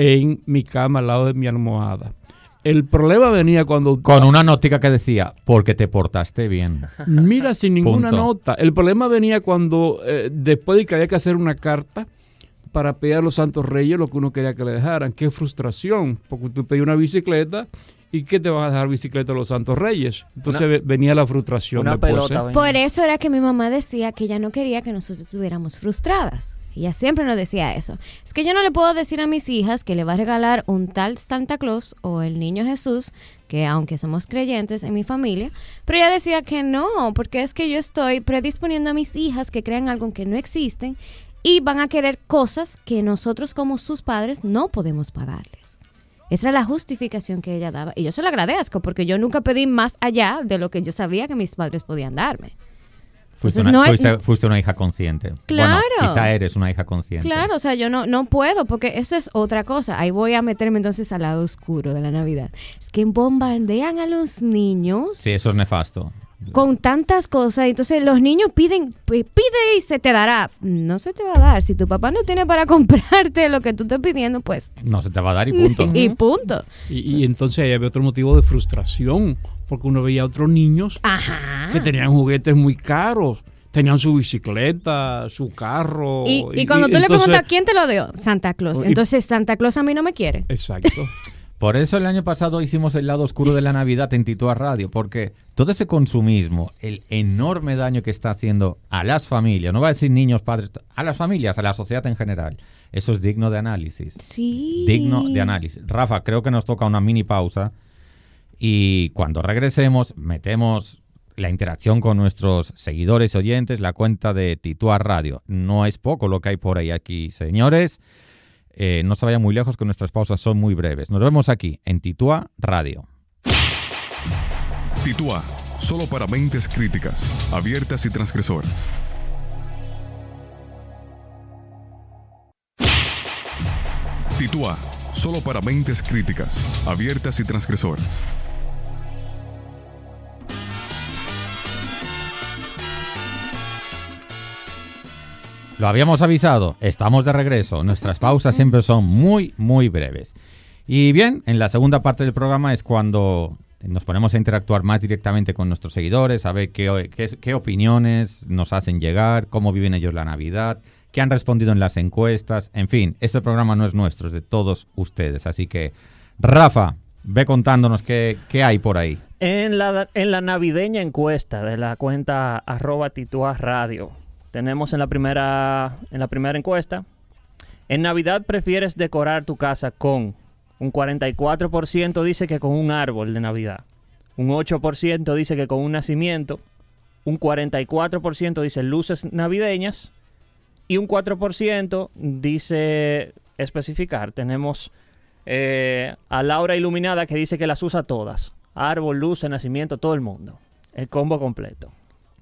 F: en mi cama al lado de mi almohada. El problema venía cuando...
C: Con una notica que decía, porque te portaste bien.
F: Mira, sin ninguna
C: Punto.
F: nota. El problema venía cuando, eh, después de que había que hacer una carta para pedir a los Santos Reyes lo que uno quería que le dejaran. Qué frustración, porque tú pedí una bicicleta y ¿qué te van a dejar bicicleta a los Santos Reyes? Entonces ve- venía la frustración.
D: Una
F: después,
D: pelota.
F: ¿eh?
D: venga.
E: Por eso era que mi mamá decía que ella no quería que nosotros estuviéramos frustradas. Ella siempre nos decía eso. Es que yo no le puedo decir a mis hijas que le va a regalar un tal Santa Claus o el niño Jesús, que aunque somos creyentes en mi familia, pero ella decía que no, porque es que yo estoy predisponiendo a mis hijas que crean algo que no existen y van a querer cosas que nosotros como sus padres no podemos pagarles. Esa era la justificación que ella daba. Y yo se lo agradezco porque yo nunca pedí más allá de lo que yo sabía que mis padres podían darme.
C: Fuiste,
E: Entonces,
C: una,
E: no es-
C: fuiste- fuiste una hija consciente.
E: Claro.
C: Bueno, quizá eres una hija consciente.
E: Claro, o sea, yo no, no puedo porque eso es otra cosa. Ahí voy a meterme entonces al lado oscuro de la Navidad. Es que bombardean a los niños
C: Sí, eso es nefasto.
E: con tantas cosas. Entonces los niños piden, pues, pide y se te dará. No se te va a dar. Si tu papá no tiene para comprarte lo que tú estás pidiendo, pues...
C: No se te va a dar y punto.
E: Y punto.
F: Y, y entonces ahí había otro motivo de frustración, porque uno veía a otros niños
E: Ajá.
F: que tenían juguetes muy caros. Tenían su bicicleta, su carro.
E: Y, y cuando tú le
F: Oh, entonces-
E: preguntas, ¿quién te lo dio? Santa Claus.
F: Y-
E: Entonces, Santa Claus a mí no me quiere.
F: Exacto.
C: Por eso el año pasado hicimos el lado oscuro de la Navidad en Tituá Radio, porque todo ese consumismo, el enorme daño que está haciendo a las familias, no va a decir niños, padres, a las familias, a la sociedad en general, eso es digno de análisis.
E: Sí.
C: Digno de análisis. Rafa, creo que nos toca una mini pausa y cuando regresemos metemos la interacción con nuestros seguidores y oyentes, la cuenta de Tituá Radio. No es poco lo que hay por ahí aquí, señores. Eh, no se vayan muy lejos que nuestras pausas son muy breves. Nos vemos aquí en Tituá Radio.
A: Tituá, solo para mentes críticas, abiertas y transgresoras. Tituá, solo para mentes críticas, abiertas y transgresoras.
C: Lo habíamos avisado, estamos de regreso. Nuestras pausas siempre son muy, muy breves. Y bien, en la segunda parte del programa es cuando nos ponemos a interactuar más directamente con nuestros seguidores, a ver qué, qué- qué opiniones nos hacen llegar, cómo viven ellos la Navidad, qué han respondido en las encuestas. En fin, este programa no es nuestro, es de todos ustedes. Así que, Rafa, ve contándonos qué, qué hay por ahí.
D: En la, en la navideña encuesta de la cuenta arroba tituá radio, tenemos en la, primera, en la primera encuesta, en Navidad prefieres decorar tu casa con un 44% dice que con un árbol de Navidad, un 8% dice que con un nacimiento, un 44% dice luces navideñas y un 4% dice especificar. Tenemos eh, a Laura Iluminada que dice que las usa todas. Árbol, luz, nacimiento, todo el mundo. El combo completo.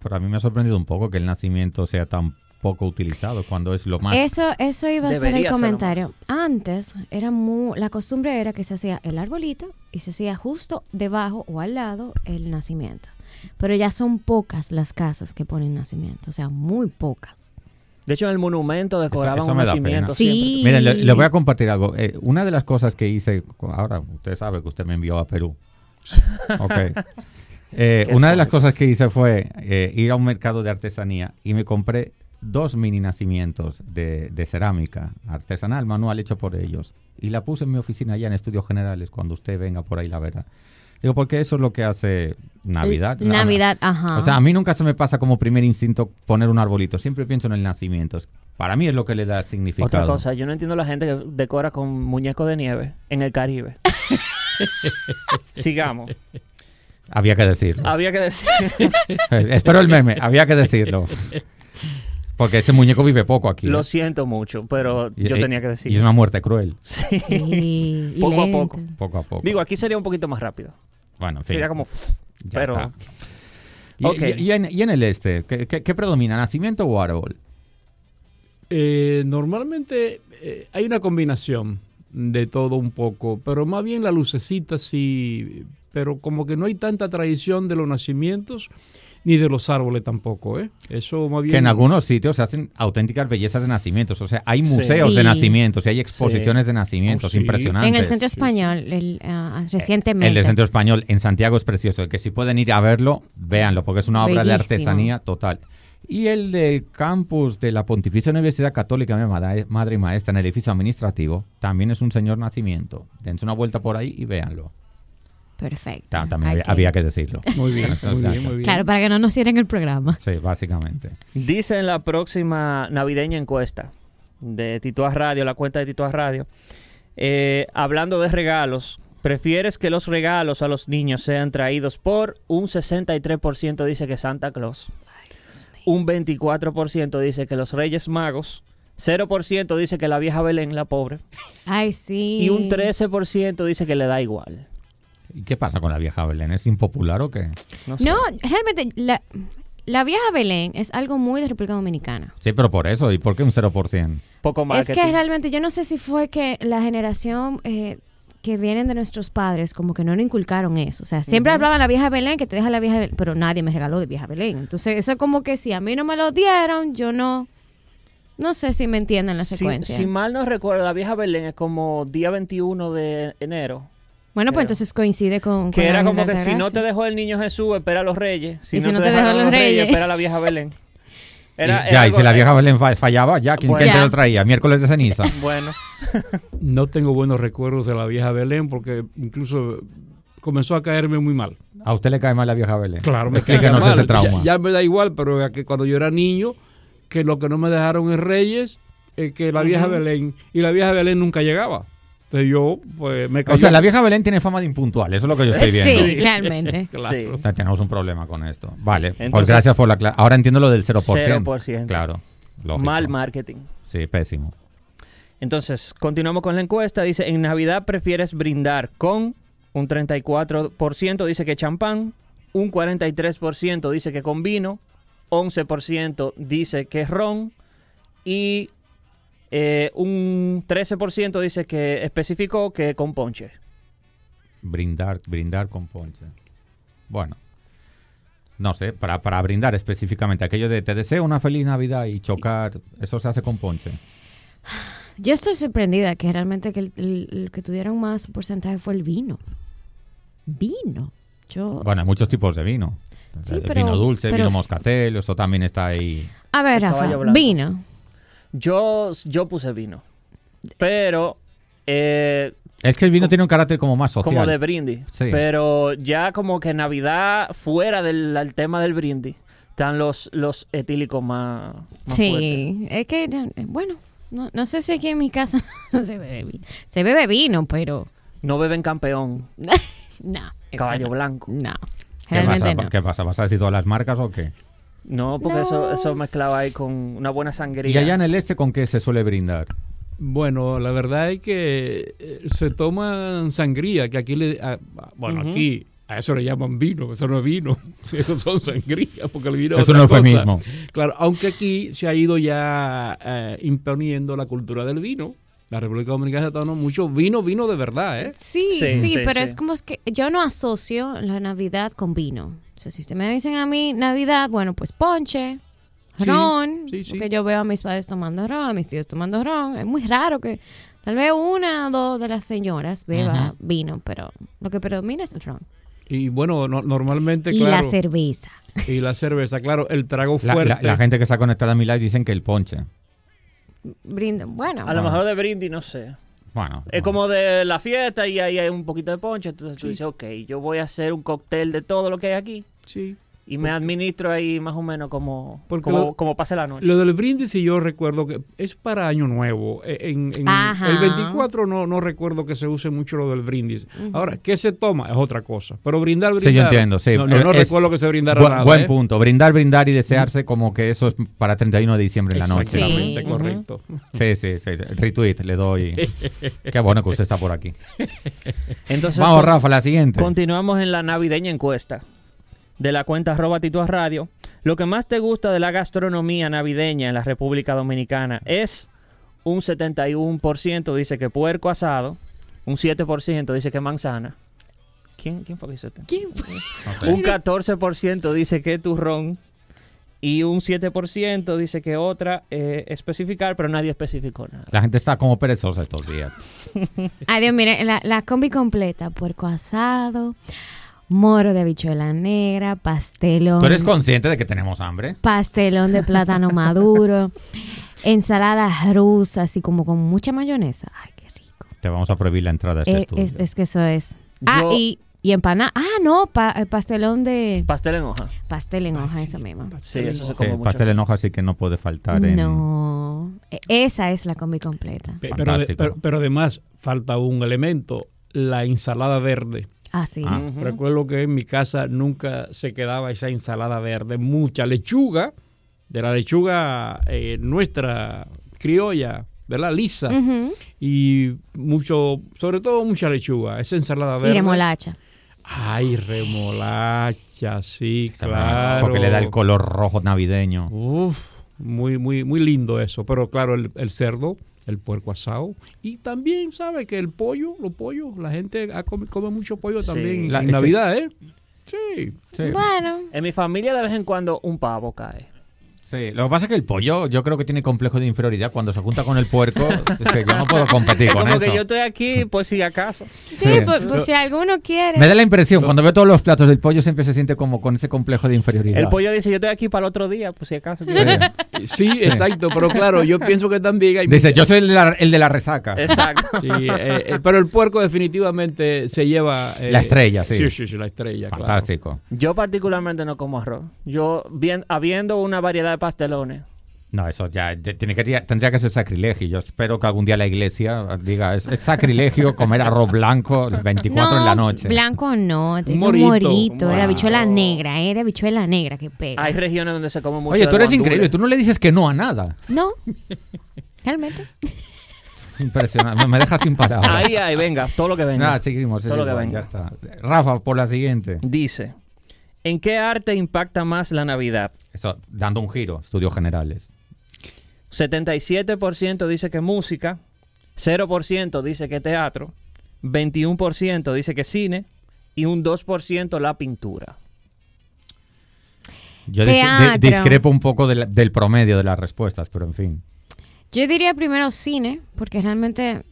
C: Pero a mí me ha sorprendido un poco que el nacimiento sea tan poco utilizado cuando es lo más...
E: Eso, eso iba a ser el
D: Debería ser lo
E: comentario. Antes era muy, la costumbre era que se hacía el arbolito y se hacía justo debajo o al lado el nacimiento. Pero ya son pocas las casas que ponen nacimiento, o sea, muy pocas.
D: De hecho, en el monumento decoraban
C: eso
D: un
C: me da
D: nacimiento.
C: pena.
E: Sí.
C: Miren, le, le voy a compartir algo. Eh, una de las cosas que hice, ahora usted sabe que usted me envió a Perú. Ok. Eh,
D: Qué
C: una de las
D: fuerte.
C: cosas que hice fue eh, ir a un mercado de artesanía y me compré dos mini nacimientos de, de cerámica artesanal, manual hecho por ellos. Y la puse en mi oficina allá en Estudios Generales cuando usted venga por ahí la verá. Digo, porque eso es lo que hace Navidad.
E: L- Navidad, ajá.
C: O sea, a mí nunca se me pasa como primer instinto poner un arbolito. Siempre pienso en el nacimiento. Para mí es lo que le da significado.
D: Otra cosa, yo no entiendo la gente que decora con muñecos de nieve en el Caribe. Sigamos.
C: Había que decirlo.
D: Había que decir.
C: Eh, Espero el meme, había que decirlo. Porque ese muñeco vive poco aquí.
D: Lo
C: ¿eh?
D: siento mucho, pero
C: Y-
D: yo
C: eh,
D: tenía que
C: Y es
D: decir.
C: una muerte cruel,
D: Sí.
E: Sí, y
D: Poco a
E: lento.
D: poco.
C: poco a poco.
D: Digo, aquí sería un poquito más rápido.
C: bueno, en fin,
D: Sería como.
C: ya
D: pero-
C: está. Y,
D: Ok.
C: y- y en, y en el este? ¿Qué, qué- qué predomina, nacimiento o árbol?
F: Eh, normalmente eh, hay una combinación de todo un poco, pero más bien la lucecita sí, pero como que no hay tanta tradición de los nacimientos ni de los árboles tampoco, ¿eh? Eso más bien...
C: Que en algunos sitios se hacen auténticas bellezas de nacimientos. O sea, hay museos
E: Sí.
C: de nacimientos y hay exposiciones de nacimientos
F: Oh, sí.
C: impresionantes.
E: En el centro
F: sí, sí.
E: español, el, ah, recientemente.
C: Eh, El de Centro Español en Santiago es precioso. Que si pueden ir a verlo, véanlo, porque es una obra de
E: Bellísimo.
C: artesanía total. Y el del campus de la Pontificia Universidad Católica, mi madre, madre y maestra, en el edificio administrativo, también es un señor nacimiento. Dense una vuelta por ahí y véanlo.
E: Perfecto.
C: Ta- Ah, También
E: Hay
C: había, había que decirlo.
F: Muy bien, muy bien, muy bien.
E: Claro, para que no nos cierren el programa.
C: Sí, básicamente.
D: Dice en la próxima navideña encuesta de Tituas Radio, la cuenta de Tituas Radio, eh, hablando de regalos, ¿prefieres que los regalos a los niños sean traídos por un 63% dice que Santa Claus? Un 24% dice que los Reyes Magos, 0% dice que la vieja Belén, la pobre,
E: Ay, sí.
D: y un 13% dice que le da igual.
C: ¿Y qué pasa con la vieja Belén? ¿Es impopular o qué?
D: No, sé.
E: No, realmente, la, la vieja Belén es algo muy de República Dominicana.
C: Sí, pero por eso. ¿Y por qué un 0%?
D: poco más.
E: Es que realmente yo no sé si fue que la generación eh, que vienen de nuestros padres, como que no nos inculcaron eso. O sea, siempre hablaban la vieja Belén, que te deja la vieja Belén, pero nadie me regaló de vieja Belén. Entonces, eso como que si a mí no me lo dieron, yo no. No sé si me entienden la
D: Si-
E: secuencia.
D: Si, mal no recuerdo, la vieja Belén es como día 21 de enero.
E: bueno,
D: creo.
E: pues entonces coincide con. con
D: Que
E: la
D: era
E: Virgen
D: como
E: de
D: que si no
E: Altagracia.
D: te dejó el niño Jesús, espera a los reyes. Si,
E: Y si no te dejó
D: dejaron
E: los reyes.
D: espera a la vieja Belén. Era-
C: Y
D: era
C: ya, y
D: algo-
C: si la vieja Belén fa- fallaba, ya, ¿quién,
D: Bueno.
C: quién te
E: Ya.
C: lo traía? Miércoles de ceniza.
D: Bueno,
F: No tengo buenos recuerdos de la vieja Belén porque incluso comenzó a caerme muy mal.
C: A usted le cae mal la vieja Belén.
F: Claro, me caía
C: Explíquenos
F: mal.
C: ese trauma.
F: Ya, ya me da igual, pero a que cuando yo era niño, que lo que no me dejaron en Reyes, es que la vieja Belén, y la vieja Belén nunca llegaba. Entonces yo, pues, me cayó.
C: O sea, la vieja Belén tiene fama de impuntual, eso es lo que yo estoy viendo.
E: Sí, realmente.
F: Claro.
D: sí.
C: O sea, Tenemos un problema con esto. Vale, pues
D: Entonces-
C: gracias por la cla- Ahora entiendo lo del 0%.
D: 0%.
C: Claro. lógico.
D: Mal marketing.
C: Sí, pésimo.
D: Entonces, continuamos con la encuesta. Dice, en Navidad prefieres brindar con un 34% dice que champán, un 43% dice que con vino, 11% dice que ron y eh, un 13% dice que especificó que con ponche.
C: Brindar, brindar con ponche. Bueno. No sé, para, para brindar específicamente, aquello de te deseo una feliz Navidad y chocar, eso se hace con ponche.
E: Yo estoy sorprendida que realmente que el, el- el que tuvieron más porcentaje fue el vino. Vino. Yo.
C: Bueno, hay muchos tipos de vino.
E: Sí,
C: El
E: pero-
C: vino dulce,
E: pero-
C: vino moscatel, eso también está ahí.
E: a ver,
D: el
E: Rafa,
D: caballo blanco.
E: vino.
D: Yo, yo puse vino, pero eh,
C: Es que el vino tiene un carácter como más social.
D: como de brindis.
C: Sí.
D: Pero ya como que Navidad, fuera del al tema del brindis, están los, los etílicos más, más fuertes.
E: Sí, es que, eh, bueno, no, no sé si aquí en mi casa no se bebe vino. Se bebe vino, pero
D: No beben campeón,
E: no. eso
D: caballo
E: no.
D: blanco.
E: No,
C: ¿Qué,
E: realmente
C: pasa,
E: no.
C: ¿Qué pasa? ¿Vas a decir todas las marcas o qué?
D: No, porque
E: No.
D: eso, eso mezclaba ahí con una buena sangría.
C: Y allá en el este, ¿con qué se suele brindar?
F: Bueno, la verdad es que eh, se toman sangría, que aquí le. a- a- bueno,
D: Ujú.
F: aquí. A eso le llaman vino, eso no es vino, eso son sangrías, porque el vino es
C: Es un
F: otra cosa.
C: eufemismo.
F: Claro, aunque aquí se ha ido ya eh, imponiendo la cultura del vino. La República Dominicana está dando mucho vino, vino de verdad, ¿eh?
E: Sí,
D: Sí,
E: sí,
D: sí,
E: pero
D: sí.
E: es como es que yo no asocio la Navidad con vino. O sea, si ustedes me dicen a mí Navidad, bueno, pues ponche,
F: Sí,
E: ron,
F: sí, sí.
E: porque yo veo a mis padres tomando ron, a mis tíos tomando ron. Es muy raro que tal vez una o dos de las señoras beba vino, pero lo que predomina es el ron.
F: Y bueno, no- normalmente,
E: Y
F: claro.
E: la cerveza.
F: y la cerveza, claro, el trago
C: La,
F: fuerte.
C: la- la gente que está conectada a mi live dicen que el ponche.
E: Brindo. Bueno,
D: A lo mejor de brindis, no sé.
C: Bueno.
D: Es como de la fiesta y ahí hay un poquito de ponche. Entonces tú dices, ok, yo voy a hacer un cóctel de todo lo que hay aquí
F: Sí.
D: y me administro ahí más o menos como,
F: Porque
D: como,
F: lo-
D: como pase la noche.
F: Lo del brindis, y yo recuerdo que es para Año Nuevo. Eh, En, en
E: Ajá.
F: el 24 no, no recuerdo que se use mucho lo del brindis. Ahora, ¿qué se toma? Es otra cosa. Pero brindar,
C: Sí,
F: brindar.
C: yo entiendo, sí.
F: No, no, no
C: Es-
F: recuerdo que se brindara
C: buen,
F: nada.
C: buen
F: ¿eh?
C: punto. Brindar, brindar y desearse como que eso es para 31 de diciembre en la noche.
F: Exactamente,
E: Sí.
F: correcto.
C: Sí, sí, sí. Retweet, le doy. Qué bueno que usted está por aquí.
D: Entonces,
C: Vamos,
D: con-
C: Rafa, la siguiente.
D: Continuamos en la navideña encuesta de la cuenta arroba Tituas Radio. Lo que más te gusta de la gastronomía navideña en la República Dominicana es un 71% dice que puerco asado, un 7% dice que manzana. ¿Quién, quién fue que hizo esto?
E: ¿quién fue?
D: Un 14% dice que turrón y un 7% dice que otra eh, especificar, pero nadie especificó nada.
C: La gente está como perezosa estos días.
E: Ay, Dios, mire, la, la combi completa, puerco asado, moro de habichuela negra, pastelón.
C: ¿Tú eres consciente de que tenemos hambre?
E: pastelón de plátano maduro, ensaladas rusas, así como con mucha mayonesa. Ay, qué rico.
C: Te vamos a prohibir la entrada a este
E: Eh,
C: estudio.
E: es, es que eso es. Ah,
D: Yo-
E: y, y empanada. Ah, no, pa- eh, pastelón de...
D: Pastel en hoja.
E: pastel
F: ah,
E: en hoja, esa misma.
D: Sí, eso se
C: Sí,
D: come mucho.
C: pastel en hoja sí que no puede faltar en...
E: No, e- esa es la combi completa.
F: Pe- Pero, de-
C: Fantástico.
F: pero, pero además falta un elemento, la ensalada verde.
E: Ah, sí.
C: Ah.
D: Ujú.
F: Recuerdo que en mi casa nunca se quedaba esa ensalada verde, mucha lechuga, de la lechuga eh, nuestra criolla, de la lisa,
E: Ujú.
F: y mucho, sobre todo mucha lechuga, esa ensalada verde.
E: Y remolacha.
F: Ay, remolacha, sí, claro.
C: Porque le da el color rojo navideño.
F: Uf, muy, muy, muy lindo eso. Pero claro, el, el cerdo el puerco asado. Y también, ¿sabe que el pollo, los pollos, la gente ha comi- come, mucho pollo
D: Sí.
F: también
C: La-
F: en
C: ese-
F: Navidad, ¿eh? Sí.
C: Sí.
E: Bueno,
D: En mi familia de vez en cuando un pavo cae.
C: Sí, lo que pasa es que el pollo yo creo que tiene complejo de inferioridad. Cuando se junta con el puerco, es que yo no puedo competir con
D: Como
C: eso.
D: que yo estoy aquí por si acaso.
E: sí, por, por si alguno quiere.
C: Me da la impresión, cuando veo todos los platos del pollo siempre se siente como con ese complejo de inferioridad.
D: El pollo dice, yo estoy aquí para el otro día, por si acaso.
C: Sí.
F: Sí, exacto, pero claro, yo pienso que también hay...
C: Dice, yo soy el de la, el de la resaca.
D: Exacto.
F: Sí, eh, eh, pero el puerco definitivamente se lleva... eh,
C: La estrella, sí.
F: Sí, sí, sí, la estrella, claro.
C: Fantástico.
D: Yo particularmente no como arroz. Yo, bien, habiendo una variedad de pastelones,
C: No, eso ya de- tiene que, tendría que ser sacrilegio. Yo espero que algún día la iglesia diga, es, es sacrilegio comer arroz blanco el 24 en la noche.
E: Blanco no, tengo
F: morito.
E: un morito, eh, de
F: Wow.
E: habichuela negra, eh, de habichuela negra que pega.
D: hay regiones donde se come mucho.
C: Oye,
D: de
C: tú eres
D: guandule.
C: increíble, tú no le dices que no a nada.
E: No, realmente.
C: Impresionante, me- me dejas sin palabras.
D: Ahí, ahí, venga, todo lo que venga.
C: Nada, seguimos. es
D: Todo lo que
C: igual,
D: venga.
C: ya está. Rafa, por la siguiente.
D: Dice, ¿en qué arte impacta más la Navidad?
C: Eso, dando un giro, estudios generales.
D: 77% dice que música, 0% dice que teatro, 21% dice que cine y un 2% la pintura.
C: Yo dis- de-
E: Teatro.
C: discrepo un poco de la- del promedio de las respuestas, pero en fin.
E: Yo diría primero cine, porque realmente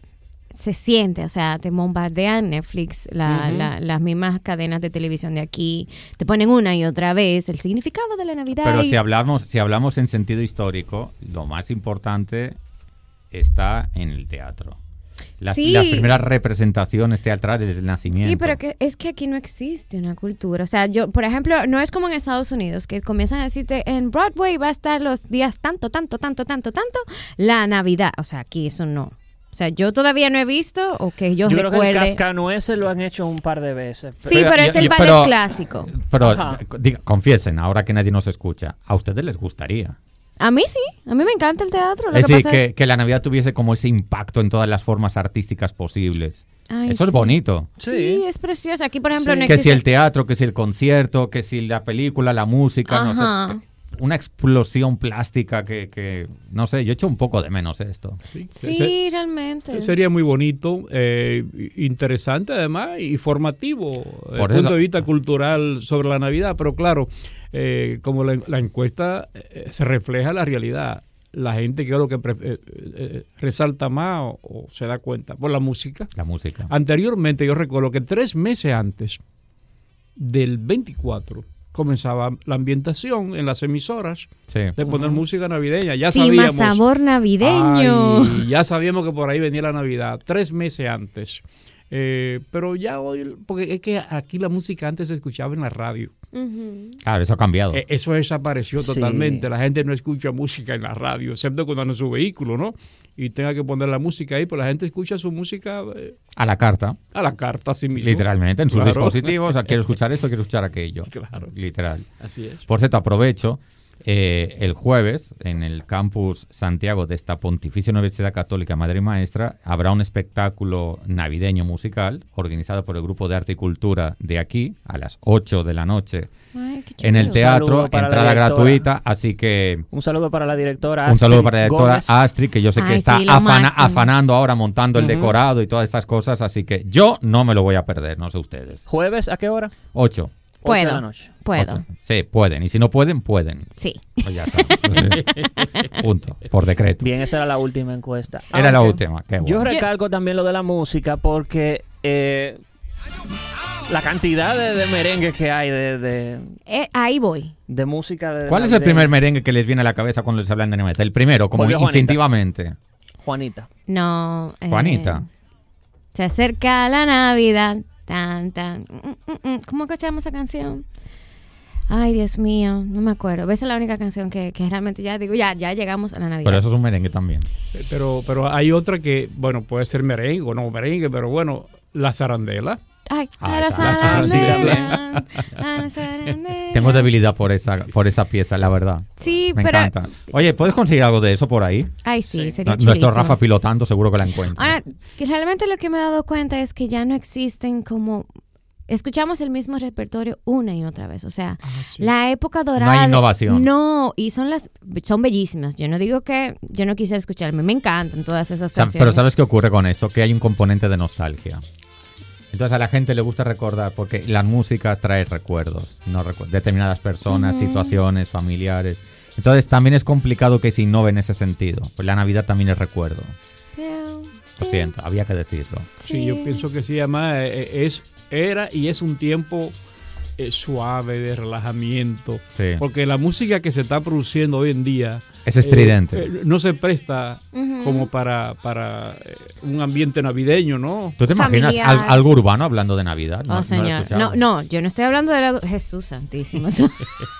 E: se siente, o sea, te bombardean Netflix, la- la- las mismas cadenas de televisión de aquí, te ponen una y otra vez el significado de la Navidad.
C: Pero
E: y-
C: si hablamos, si hablamos en sentido histórico, lo más importante está en el teatro. Las,
E: Sí.
C: las primeras representaciones teatrales del nacimiento.
E: Sí, pero que, es que aquí no existe una cultura. O sea, yo, por ejemplo, no es como en Estados Unidos, que comienzan a decirte, en Broadway va a estar los días tanto, tanto, tanto, tanto, tanto, la Navidad. O sea, aquí eso no. O sea, yo todavía no he visto o que yo,
D: Yo creo que el
E: recuerde.
D: cascanueces lo han hecho un par de veces.
E: sí, pero,
C: Pero yo-
E: es el
C: yo-
E: ballet
C: pero-
E: clásico.
C: Pero,
D: Ajá.
C: diga- confiesen, ahora que nadie nos escucha, ¿a ustedes les gustaría?
E: A mí sí, a mí me encanta el teatro. Lo
C: es
E: que
C: decir,
E: pasa
C: que,
E: es-
C: que la Navidad tuviese como ese impacto en todas las formas artísticas posibles.
E: Ay,
C: Eso es
E: sí.
C: bonito.
E: Sí.
D: Sí.
E: es precioso. Aquí, por ejemplo,
D: Sí.
E: no
C: Que
E: existe.
C: si el teatro, que si el concierto, que si la película, la música, no
E: Ajá.
C: sé. que- Una explosión plástica que, que, no sé, yo echo un poco de menos esto.
F: Sí.
E: Sí, realmente.
F: Sería muy bonito, eh, interesante además y formativo desde
C: Por
F: el punto
C: eso-
F: de vista cultural sobre la Navidad. Pero claro, eh, como la, la encuesta eh, se refleja la realidad, la gente creo que pre- eh, eh, resalta más o, o se da cuenta por la música.
C: La música.
F: Ah. Anteriormente yo recuerdo que tres meses antes del 24 comenzaba la ambientación en las emisoras
C: Sí.
F: de poner música navideña. Ya
E: Sí, más
F: sabíamos.
E: sabor navideño.
F: Ay, ya sabíamos que por ahí venía la Navidad, tres meses antes. Eh, pero ya hoy, porque es que aquí la música antes se escuchaba en la radio.
E: Ujú.
C: Claro, eso ha cambiado.
F: Eh, eso desapareció
D: Sí.
F: totalmente. La gente no escucha música en la radio, excepto cuando anda en su vehículo, ¿no? Y tenga que poner la música ahí, pero la gente escucha su música eh,
C: A la carta,
F: a la carta, así mismo.
C: literalmente, en sus
F: Claro.
C: dispositivos. ah, Quiero escuchar esto, quiero escuchar aquello.
F: Claro.
C: Literal.
F: Así es.
C: Por cierto, aprovecho. eh, el jueves, en el campus Santiago de esta Pontificia Universidad Católica Madre Maestra, habrá un espectáculo navideño musical organizado por el Grupo de Arte y Cultura de aquí a las 8 de la noche
E: Ay, qué chulo.
C: en el teatro,
D: saludo para la
C: entrada
D: directora.
C: gratuita. Así que
D: Un saludo para la directora.
C: un saludo
D: Astrid
C: para la directora
D: Gómez.
C: Astrid, que yo sé que
E: Ay,
C: está
E: sí, lo
C: afana-
E: máximo.
C: afanando ahora, montando el
D: Ujú.
C: decorado y todas estas cosas. Así que yo no me lo voy a perder, no sé ustedes.
D: ¿Jueves a qué hora?
C: 8.
D: Ocho de la
E: Puedo.
D: noche.
E: Puedo.
C: Sí, pueden. Y si no pueden, pueden.
E: Sí.
C: Pues ya está. Punto. Por decreto.
D: Bien, esa era la última encuesta.
E: Ah,
C: Era la
D: Aunque
C: última. Qué bueno.
D: Yo recalco también lo de la música porque eh, la cantidad de, de merengues que hay de, de,
E: Eh, ahí voy.
D: de música de
C: ¿Cuál es el
D: navideña.
C: primer merengue que les viene a la cabeza cuando les hablan de Navidad? El primero, como
D: Volvió Juanita.
C: instintivamente.
D: Juanita.
E: No. eh,
C: Juanita.
E: Se acerca la Navidad. Tan, tan. Mm, mm, mm. ¿Cómo que se llama esa canción? Ay, Dios mío, no me acuerdo. Esa es la única canción que, que realmente ya digo, ya, ya llegamos a la Navidad.
C: Pero eso es un merengue también.
F: Eh, Pero, pero hay otra que, bueno, puede ser merengue o no merengue, pero bueno, la zarandela.
E: Ay,
C: Ah,
E: a la
C: esa- la
E: zarandela, a la zarandela.
C: Tengo debilidad por esa, por esa pieza, la verdad.
E: Sí,
C: Me
E: pero.
C: encanta. Oye, ¿puedes conseguir algo de eso por ahí?
E: Ay, sí, sería
C: Nuestro
E: chulísimo.
C: Rafa pilotando seguro que la encuentra.
E: Ahora, que realmente lo que me he dado cuenta es que ya no existen como escuchamos el mismo repertorio una y otra vez. O sea,
F: Ah, sí.
E: la época
C: hay
E: dorada.
C: innovación.
E: No, y son las son bellísimas. Yo no digo que yo no quisiera escucharme, me encantan todas esas
C: Sa-
E: canciones.
C: Pero ¿sabes qué ocurre con esto? Que hay un componente de nostalgia. Entonces a la gente le gusta recordar porque la música trae recuerdos, no recu- determinadas personas,
E: Ujú.
C: situaciones, familiares. Entonces también es complicado que se innove en ese sentido. Pues la Navidad también es recuerdo. Lo
E: Sí,
C: siento, había que decirlo.
F: Sí, yo pienso que sí, además eh, eh, es, era y es un tiempo eh, suave de relajamiento.
C: Sí.
F: Porque la música que se está produciendo hoy en día
C: Es
F: eh,
C: estridente.
F: eh, no se presta
E: Ujú.
F: como para, para eh, un ambiente navideño, ¿no?
C: ¿Tú te imaginas
E: familiar.
C: al- algo urbano hablando de Navidad?
E: No,
C: lo he
E: Oh, señor.
C: escuchado.
E: No, no, yo no estoy hablando de la. Jesús Santísimo. Eso,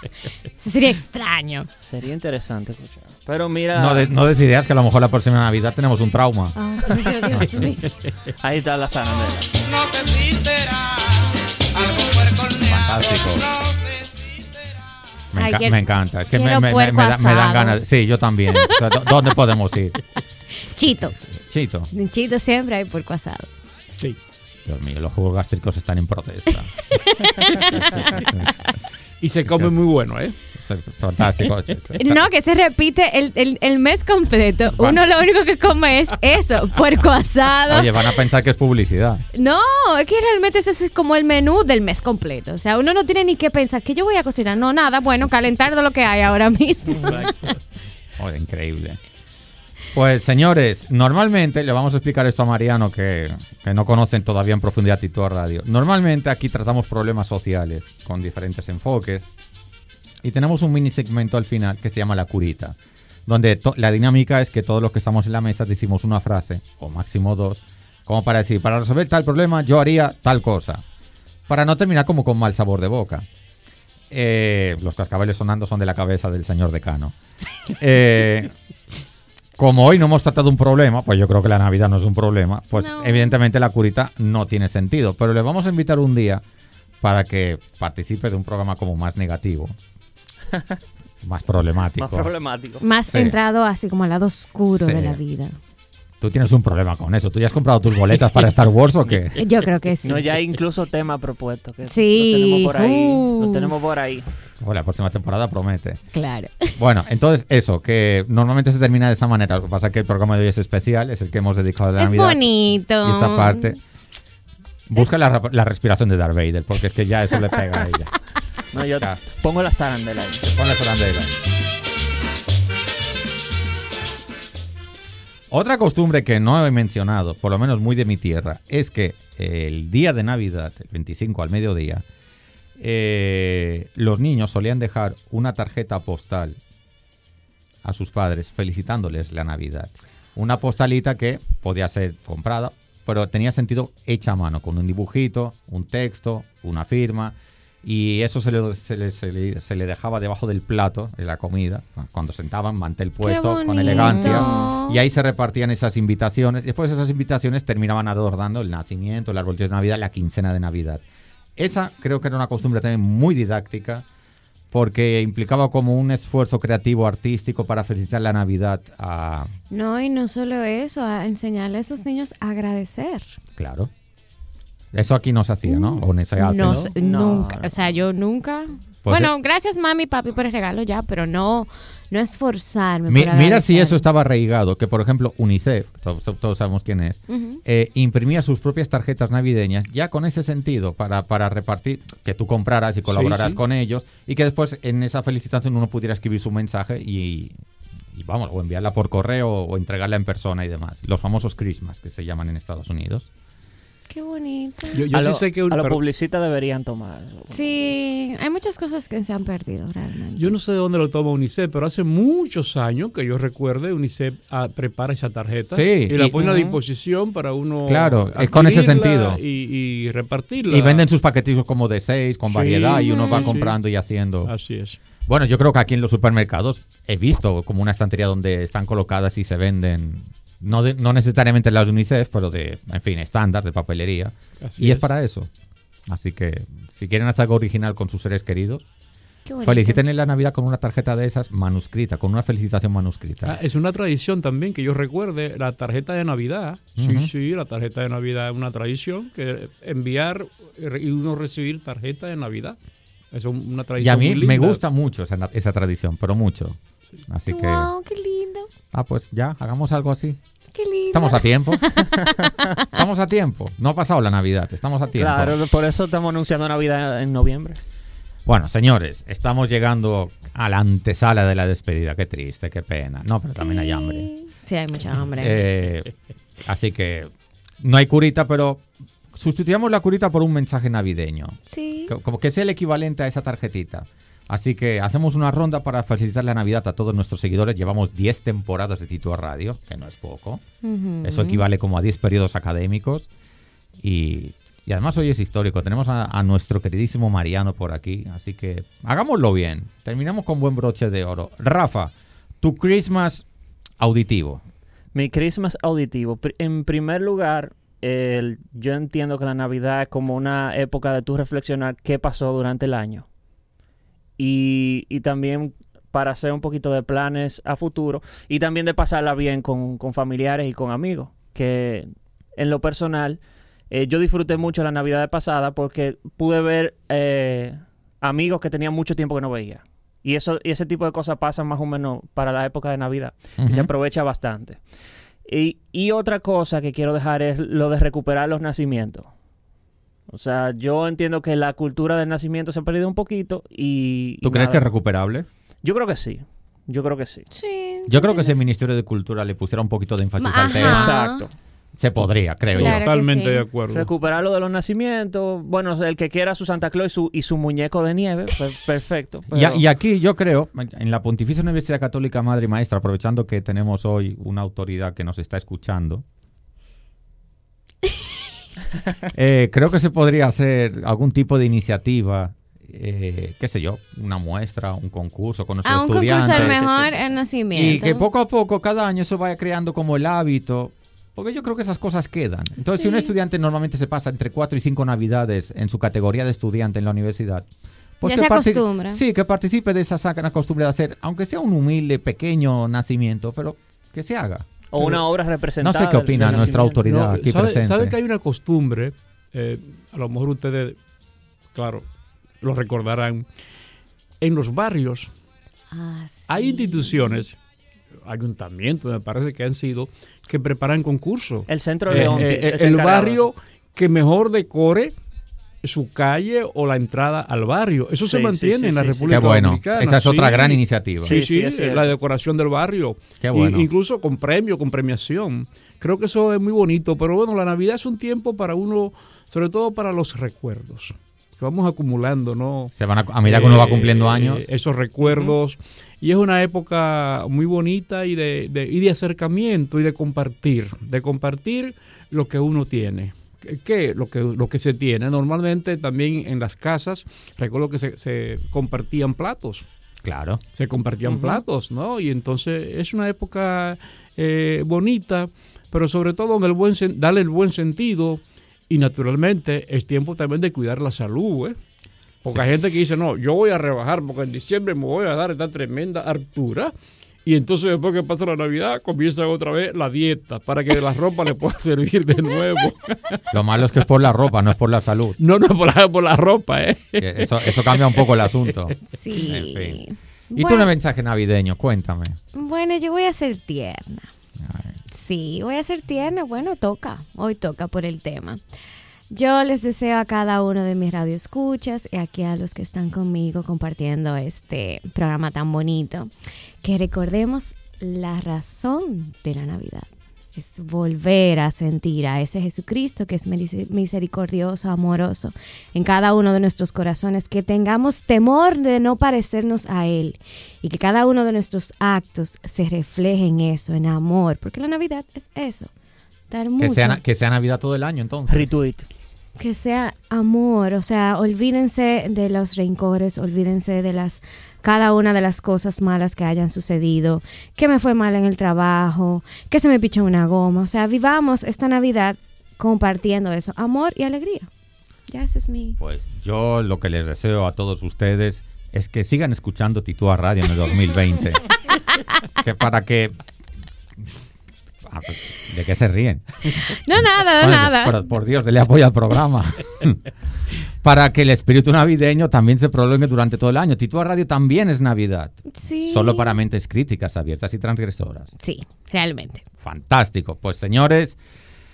E: eso sería extraño.
D: Sería interesante escuchar. Pero mira,
C: No, de- no des ideas que a lo mejor la próxima Navidad tenemos un trauma.
E: Ah, señor, Dios mío.
D: ahí está la zarandela.
B: No te existirá algo puertorneado.
C: Fantástico.
B: No te existirá.
C: Me,
E: Ay,
C: enca-
E: quiero-
C: me encanta. Es que me,
E: quiero
C: me- me-
E: puerco
C: me da- me dan
E: asado.
C: ganas. Sí, yo también. O sea, ¿dó- ¿Dónde podemos ir?
E: Chito.
C: Chito.
E: En Chito siempre hay porco asado.
F: Sí.
C: Dios mío, los jugos gástricos están en protesta.
F: Y se come muy bueno, ¿eh?
C: Fantástico.
E: No, que se repite el, el- el mes completo.
C: Bueno.
E: Uno lo único que come es eso, puerco asado.
C: Oye, van a pensar que es publicidad.
E: No, es que realmente ese es como el menú del mes completo. O sea, uno no tiene ni que pensar que yo voy a cocinar. No, nada, bueno, calentar de lo que hay ahora mismo.
C: Joder, increíble. Pues señores, normalmente le vamos a explicar esto a Mariano que, que no conocen todavía en profundidad Tituar Radio. Normalmente aquí tratamos problemas sociales con diferentes enfoques y tenemos un mini segmento al final que se llama La Curita, donde to- la dinámica es que todos los que estamos en la mesa decimos una frase o máximo dos como para decir, para resolver tal problema yo haría tal cosa, para no terminar como con mal sabor de boca. Eh, los cascabeles sonando son de la cabeza del señor decano. Eh, como hoy no hemos tratado un problema, pues yo creo que la Navidad no es un problema, pues
E: No.
C: evidentemente la curita no tiene sentido. Pero le vamos a invitar un día para que participe de un programa como más negativo, más problemático.
D: Más problemático.
E: Más
C: Sí.
E: entrado así como al lado oscuro
C: Sí.
E: de la vida.
C: Tú tienes un problema con eso. ¿Tú ya has comprado tus boletas para Star Wars o qué?
E: Yo creo que sí.
D: No, ya hay incluso tema propuesto. Que
E: Sí,
D: Lo tenemos por ahí.
E: uh.
D: Lo tenemos por ahí.
C: Bueno, la próxima temporada promete.
E: Claro.
C: Bueno, entonces eso, que normalmente se termina de esa manera. Lo que pasa es que el programa de hoy es especial, es el que hemos dedicado a la
E: Es
C: Navidad.
E: bonito.
C: Y esa parte. Busca la, rap- la respiración de Darth Vader, porque es que ya eso le pega a ella.
D: No, yo
C: Ya.
D: pongo la zarandela ahí.
C: Pon la zarandela. Otra costumbre que no he mencionado, por lo menos muy de mi tierra, es que eh, el día de Navidad, el 25 al mediodía, eh, los niños solían dejar una tarjeta postal a sus padres felicitándoles la Navidad. Una postalita que podía ser comprada, pero tenía sentido hecha a mano, con un dibujito, un texto, una firma, y eso se le, se le- se le- se le dejaba debajo del plato de la comida, cuando sentaban, mantel puesto, con
E: bonito.
C: elegancia. Y ahí se repartían esas invitaciones. Después esas invitaciones terminaban adornando el nacimiento, el árbol de Navidad, la quincena de Navidad. Esa creo que era una costumbre también muy didáctica porque implicaba como un esfuerzo creativo artístico para felicitar la Navidad a...
E: No, y no solo eso, a enseñarle a esos niños a agradecer.
C: Claro. Eso aquí no se hacía, ¿no? O ni se hace,
E: Mm, No
C: ¿no?
E: sé,
D: No.
E: Nunca. O sea, yo nunca.
C: Pues
E: bueno, gracias mami y papi por el regalo ya, pero no, no esforzarme.
C: Mi-
E: por
C: mira si
E: agradecer.
C: eso estaba arraigado, que por ejemplo UNICEF, todos, todos sabemos quién es,
E: Ujú.
C: eh, imprimía sus propias tarjetas navideñas ya con ese sentido para, para repartir, que tú compraras y colaboraras
F: sí.
C: con ellos y que después en esa felicitación uno pudiera escribir su mensaje y, y vamos, o enviarla por correo o entregarla en persona y demás. Los famosos Christmas que se llaman en Estados Unidos.
E: Qué bonito.
F: Yo, yo
D: a
F: sí
D: lo-
F: sé que... un-
D: a los
F: pero-
D: publicistas deberían tomar. eso.
E: Sí, hay muchas cosas que se han perdido realmente.
F: Yo no sé de dónde lo toma UNICEF, pero hace muchos años que yo recuerde, UNICEF ah, prepara esa tarjeta
C: Sí,
F: y la
C: y-
F: pone a
D: Ujú.
F: disposición para uno.
C: Claro, es con ese
F: adquirirla
C: sentido.
F: Y, y repartirla.
C: Y venden sus paquetitos como de seis, con
F: Sí,
C: variedad, y uno va
F: sí, sí.
C: comprando y haciendo.
F: Así es.
C: Bueno, yo creo que aquí en los supermercados he visto como una estantería donde están colocadas y se venden, no, de- no necesariamente las de UNICEF, pero de, en fin, estándar de papelería.
F: Así
C: y es.
F: es.
C: para eso. Así que si quieren hacer algo original con sus seres queridos,
E: Qué bonito.
C: Feliciten en la Navidad con una tarjeta de esas manuscrita, con una felicitación manuscrita.
F: Ah, es una tradición también que yo recuerde, la tarjeta de Navidad.
C: Ujú.
F: Sí, sí, la tarjeta de Navidad es una tradición que enviar eh, y uno recibir tarjeta de Navidad. Es un- una
C: y
F: tradición
C: a mí
F: muy
C: me
F: linda.
C: gusta mucho esa, na- esa tradición, pero mucho. Así que,
E: Wow, qué lindo,
C: ah, pues ya, hagamos algo así.
E: qué lindo.
C: Estamos a tiempo. estamos a tiempo. No ha pasado la Navidad, estamos a tiempo.
D: Claro, por eso estamos anunciando Navidad en noviembre.
C: Bueno, señores, estamos llegando a la antesala de la despedida. Qué triste, qué pena. No, pero también hay
E: Sí.
C: hambre.
E: Sí, hay mucha hambre.
C: Eh, así que no hay curita, pero sustituyamos la curita por un mensaje navideño.
E: sí.
C: Co- Como que es el equivalente a esa tarjetita. Así que hacemos una ronda para felicitar la Navidad a todos nuestros seguidores. Llevamos 10 temporadas de Tito Radio, que no es poco.
E: Ujú.
C: Eso equivale como a 10 periodos académicos. Y, y además hoy es histórico. Tenemos a, a nuestro queridísimo Mariano por aquí. Así que hagámoslo bien. Terminamos con buen broche de oro. Rafa, tu Christmas auditivo.
D: Mi Christmas auditivo. Pri- En primer lugar, el- yo entiendo que la Navidad es como una época de tú reflexionar qué pasó durante el año. Y, y también para hacer un poquito de planes a futuro y también de pasarla bien con, con familiares y con amigos. Que en lo personal, eh, yo disfruté mucho la Navidad pasada porque pude ver eh, amigos que tenía mucho tiempo que no veía. Y, eso, y ese tipo de cosas pasan más o menos para la época de Navidad. Y se
C: Ujú.
D: aprovecha bastante. Y, y otra cosa que quiero dejar es lo de recuperar los nacimientos. O sea, yo entiendo que la cultura del nacimiento se ha perdido un poquito y... y
C: ¿Tú crees que
D: nada.
C: es recuperable?
D: Yo creo que sí. Yo creo que sí.
E: Sí,
C: Yo creo que si el
E: entiendo.
C: Ministerio de Cultura le pusiera un poquito de énfasis
E: Ma-
C: al tema,
E: ajá.
D: Exacto.
C: se podría, creo
E: Claro que
F: Totalmente
E: sí.
F: de acuerdo.
D: Recuperar lo de los nacimientos. Bueno, el que quiera su Santa Claus y su, y su muñeco de nieve, per- perfecto.
C: yo. Y, a-
D: pero-
C: y aquí yo creo, en la Pontificia Universidad Católica Madre y Maestra, aprovechando que tenemos hoy una autoridad que nos está escuchando, eh, creo que se podría hacer algún tipo de iniciativa, eh, qué sé yo, una muestra, un concurso con nuestros
E: A Ah, un
C: estudiantes.
E: concurso al mejor
D: sí, sí.
E: en
C: Y
E: nacimiento.
C: que poco a poco, cada año, eso vaya creando como el hábito. Porque yo creo que esas cosas quedan. Entonces, si un
E: Sí.
C: estudiante normalmente se pasa entre cuatro y cinco navidades en su categoría de estudiante en la universidad, pues
E: Ya se
C: parti-
E: acostumbra.
C: Sí, que participe de esa sacra costumbre de hacer, aunque sea un humilde, pequeño nacimiento, pero que se haga.
D: o una obra
C: No
D: representada.
C: sé qué
D: del-
C: opina
D: del
C: nuestra
D: nacimiento.
C: autoridad aquí
F: ¿sabe,
C: presente.
F: sabe que hay una costumbre? Eh, a lo mejor ustedes, claro, lo recordarán. En los barrios
E: Ah, sí.
F: hay instituciones, ayuntamientos, me parece que han sido, que preparan concursos.
D: El centro
F: Eh,
D: León.
F: eh,
D: este
F: el
D: encargado.
F: barrio que mejor decore su calle o la entrada al barrio. Eso se
D: Sí,
F: mantiene
D: sí, sí,
F: en la
D: sí, sí.
F: República
C: Qué bueno.
F: Dominicana.
C: Esa es otra
F: sí.
C: gran iniciativa.
D: Sí,
F: Sí,
D: sí,
F: sí, eh,
D: es cierto.
F: la decoración del barrio.
C: Qué bueno.
F: I- incluso con premio, con premiación. Creo que eso es muy bonito, pero bueno, la Navidad es un tiempo para uno, sobre todo para los recuerdos que vamos acumulando, ¿no?
C: Se van a, a medida que uno va cumpliendo
F: Eh,
C: años.
F: Esos recuerdos. Y es una época muy bonita y de, de- y de acercamiento y de compartir. De compartir lo que uno tiene. ¿Qué? Lo que, lo que se tiene. Normalmente también en las casas, recuerdo que se, se compartían platos.
C: Claro.
F: Se compartían platos, ¿no? Y entonces es una época eh, bonita, pero sobre todo en el buen sen- darle el buen sentido. Y naturalmente es tiempo también de cuidar la salud, ¿eh? Porque hay gente que dice, no, yo voy a rebajar porque en diciembre me voy a dar esta tremenda hartura. Y entonces después que pasa la Navidad comienza otra vez la dieta para que la ropa le pueda servir de nuevo.
C: Lo malo es que es por la ropa, no es por la salud.
F: No, no por la, por la ropa, ¿eh?
C: Que Eso, eso cambia un poco el asunto.
E: Sí.
C: En fin. Y tú un
E: Bueno,
C: mensaje navideño, cuéntame.
E: bueno, yo voy a ser tierna. Sí, voy a ser tierna. Bueno, toca. Hoy toca por el tema. Yo les deseo a cada uno de mis radioescuchas y aquí a los que están conmigo compartiendo este programa tan bonito, que recordemos la razón de la Navidad. Es volver a sentir a ese Jesucristo que es merici- misericordioso, amoroso, en cada uno de nuestros corazones, que tengamos temor de no parecernos a Él y que cada uno de nuestros actos se refleje en eso, en amor, porque la Navidad es eso, dar mucho
C: Que sea, na- que sea Navidad todo el año, entonces.
D: Retweet.
E: que sea amor, o sea, olvídense de los rencores, olvídense de las cada una de las cosas malas que hayan sucedido, que me fue mal en el trabajo, que se me pichó una goma, o sea, vivamos esta Navidad compartiendo eso, amor y alegría. Ya ese es mi
C: Pues yo lo que les deseo a todos ustedes es que sigan escuchando Titúa Radio en el 2020. que para que... Ah, ¿De qué se ríen?
E: No, nada, no,
C: Bueno,
E: nada.
C: pero, por Dios, le apoyo al programa. Para que el espíritu navideño también se prolongue durante todo el año. Titúa Radio también es Navidad.
E: Sí.
C: Solo para mentes críticas, abiertas y transgresoras.
E: Sí, realmente.
C: Fantástico. Pues señores,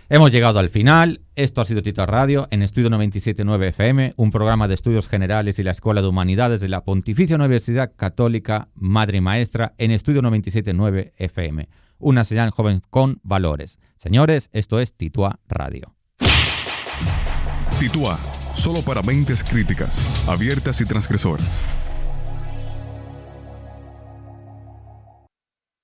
C: hemos llegado al final. Esto ha sido Titúa Radio en Estudio 97.9 FM, un programa de estudios generales y la Escuela de Humanidades de la Pontificia Universidad Católica Madre y Maestra en Estudio 97.9 FM. Una señal joven con valores. Señores, esto es Titúa Radio.
A: Titúa, solo para mentes críticas, abiertas y transgresoras.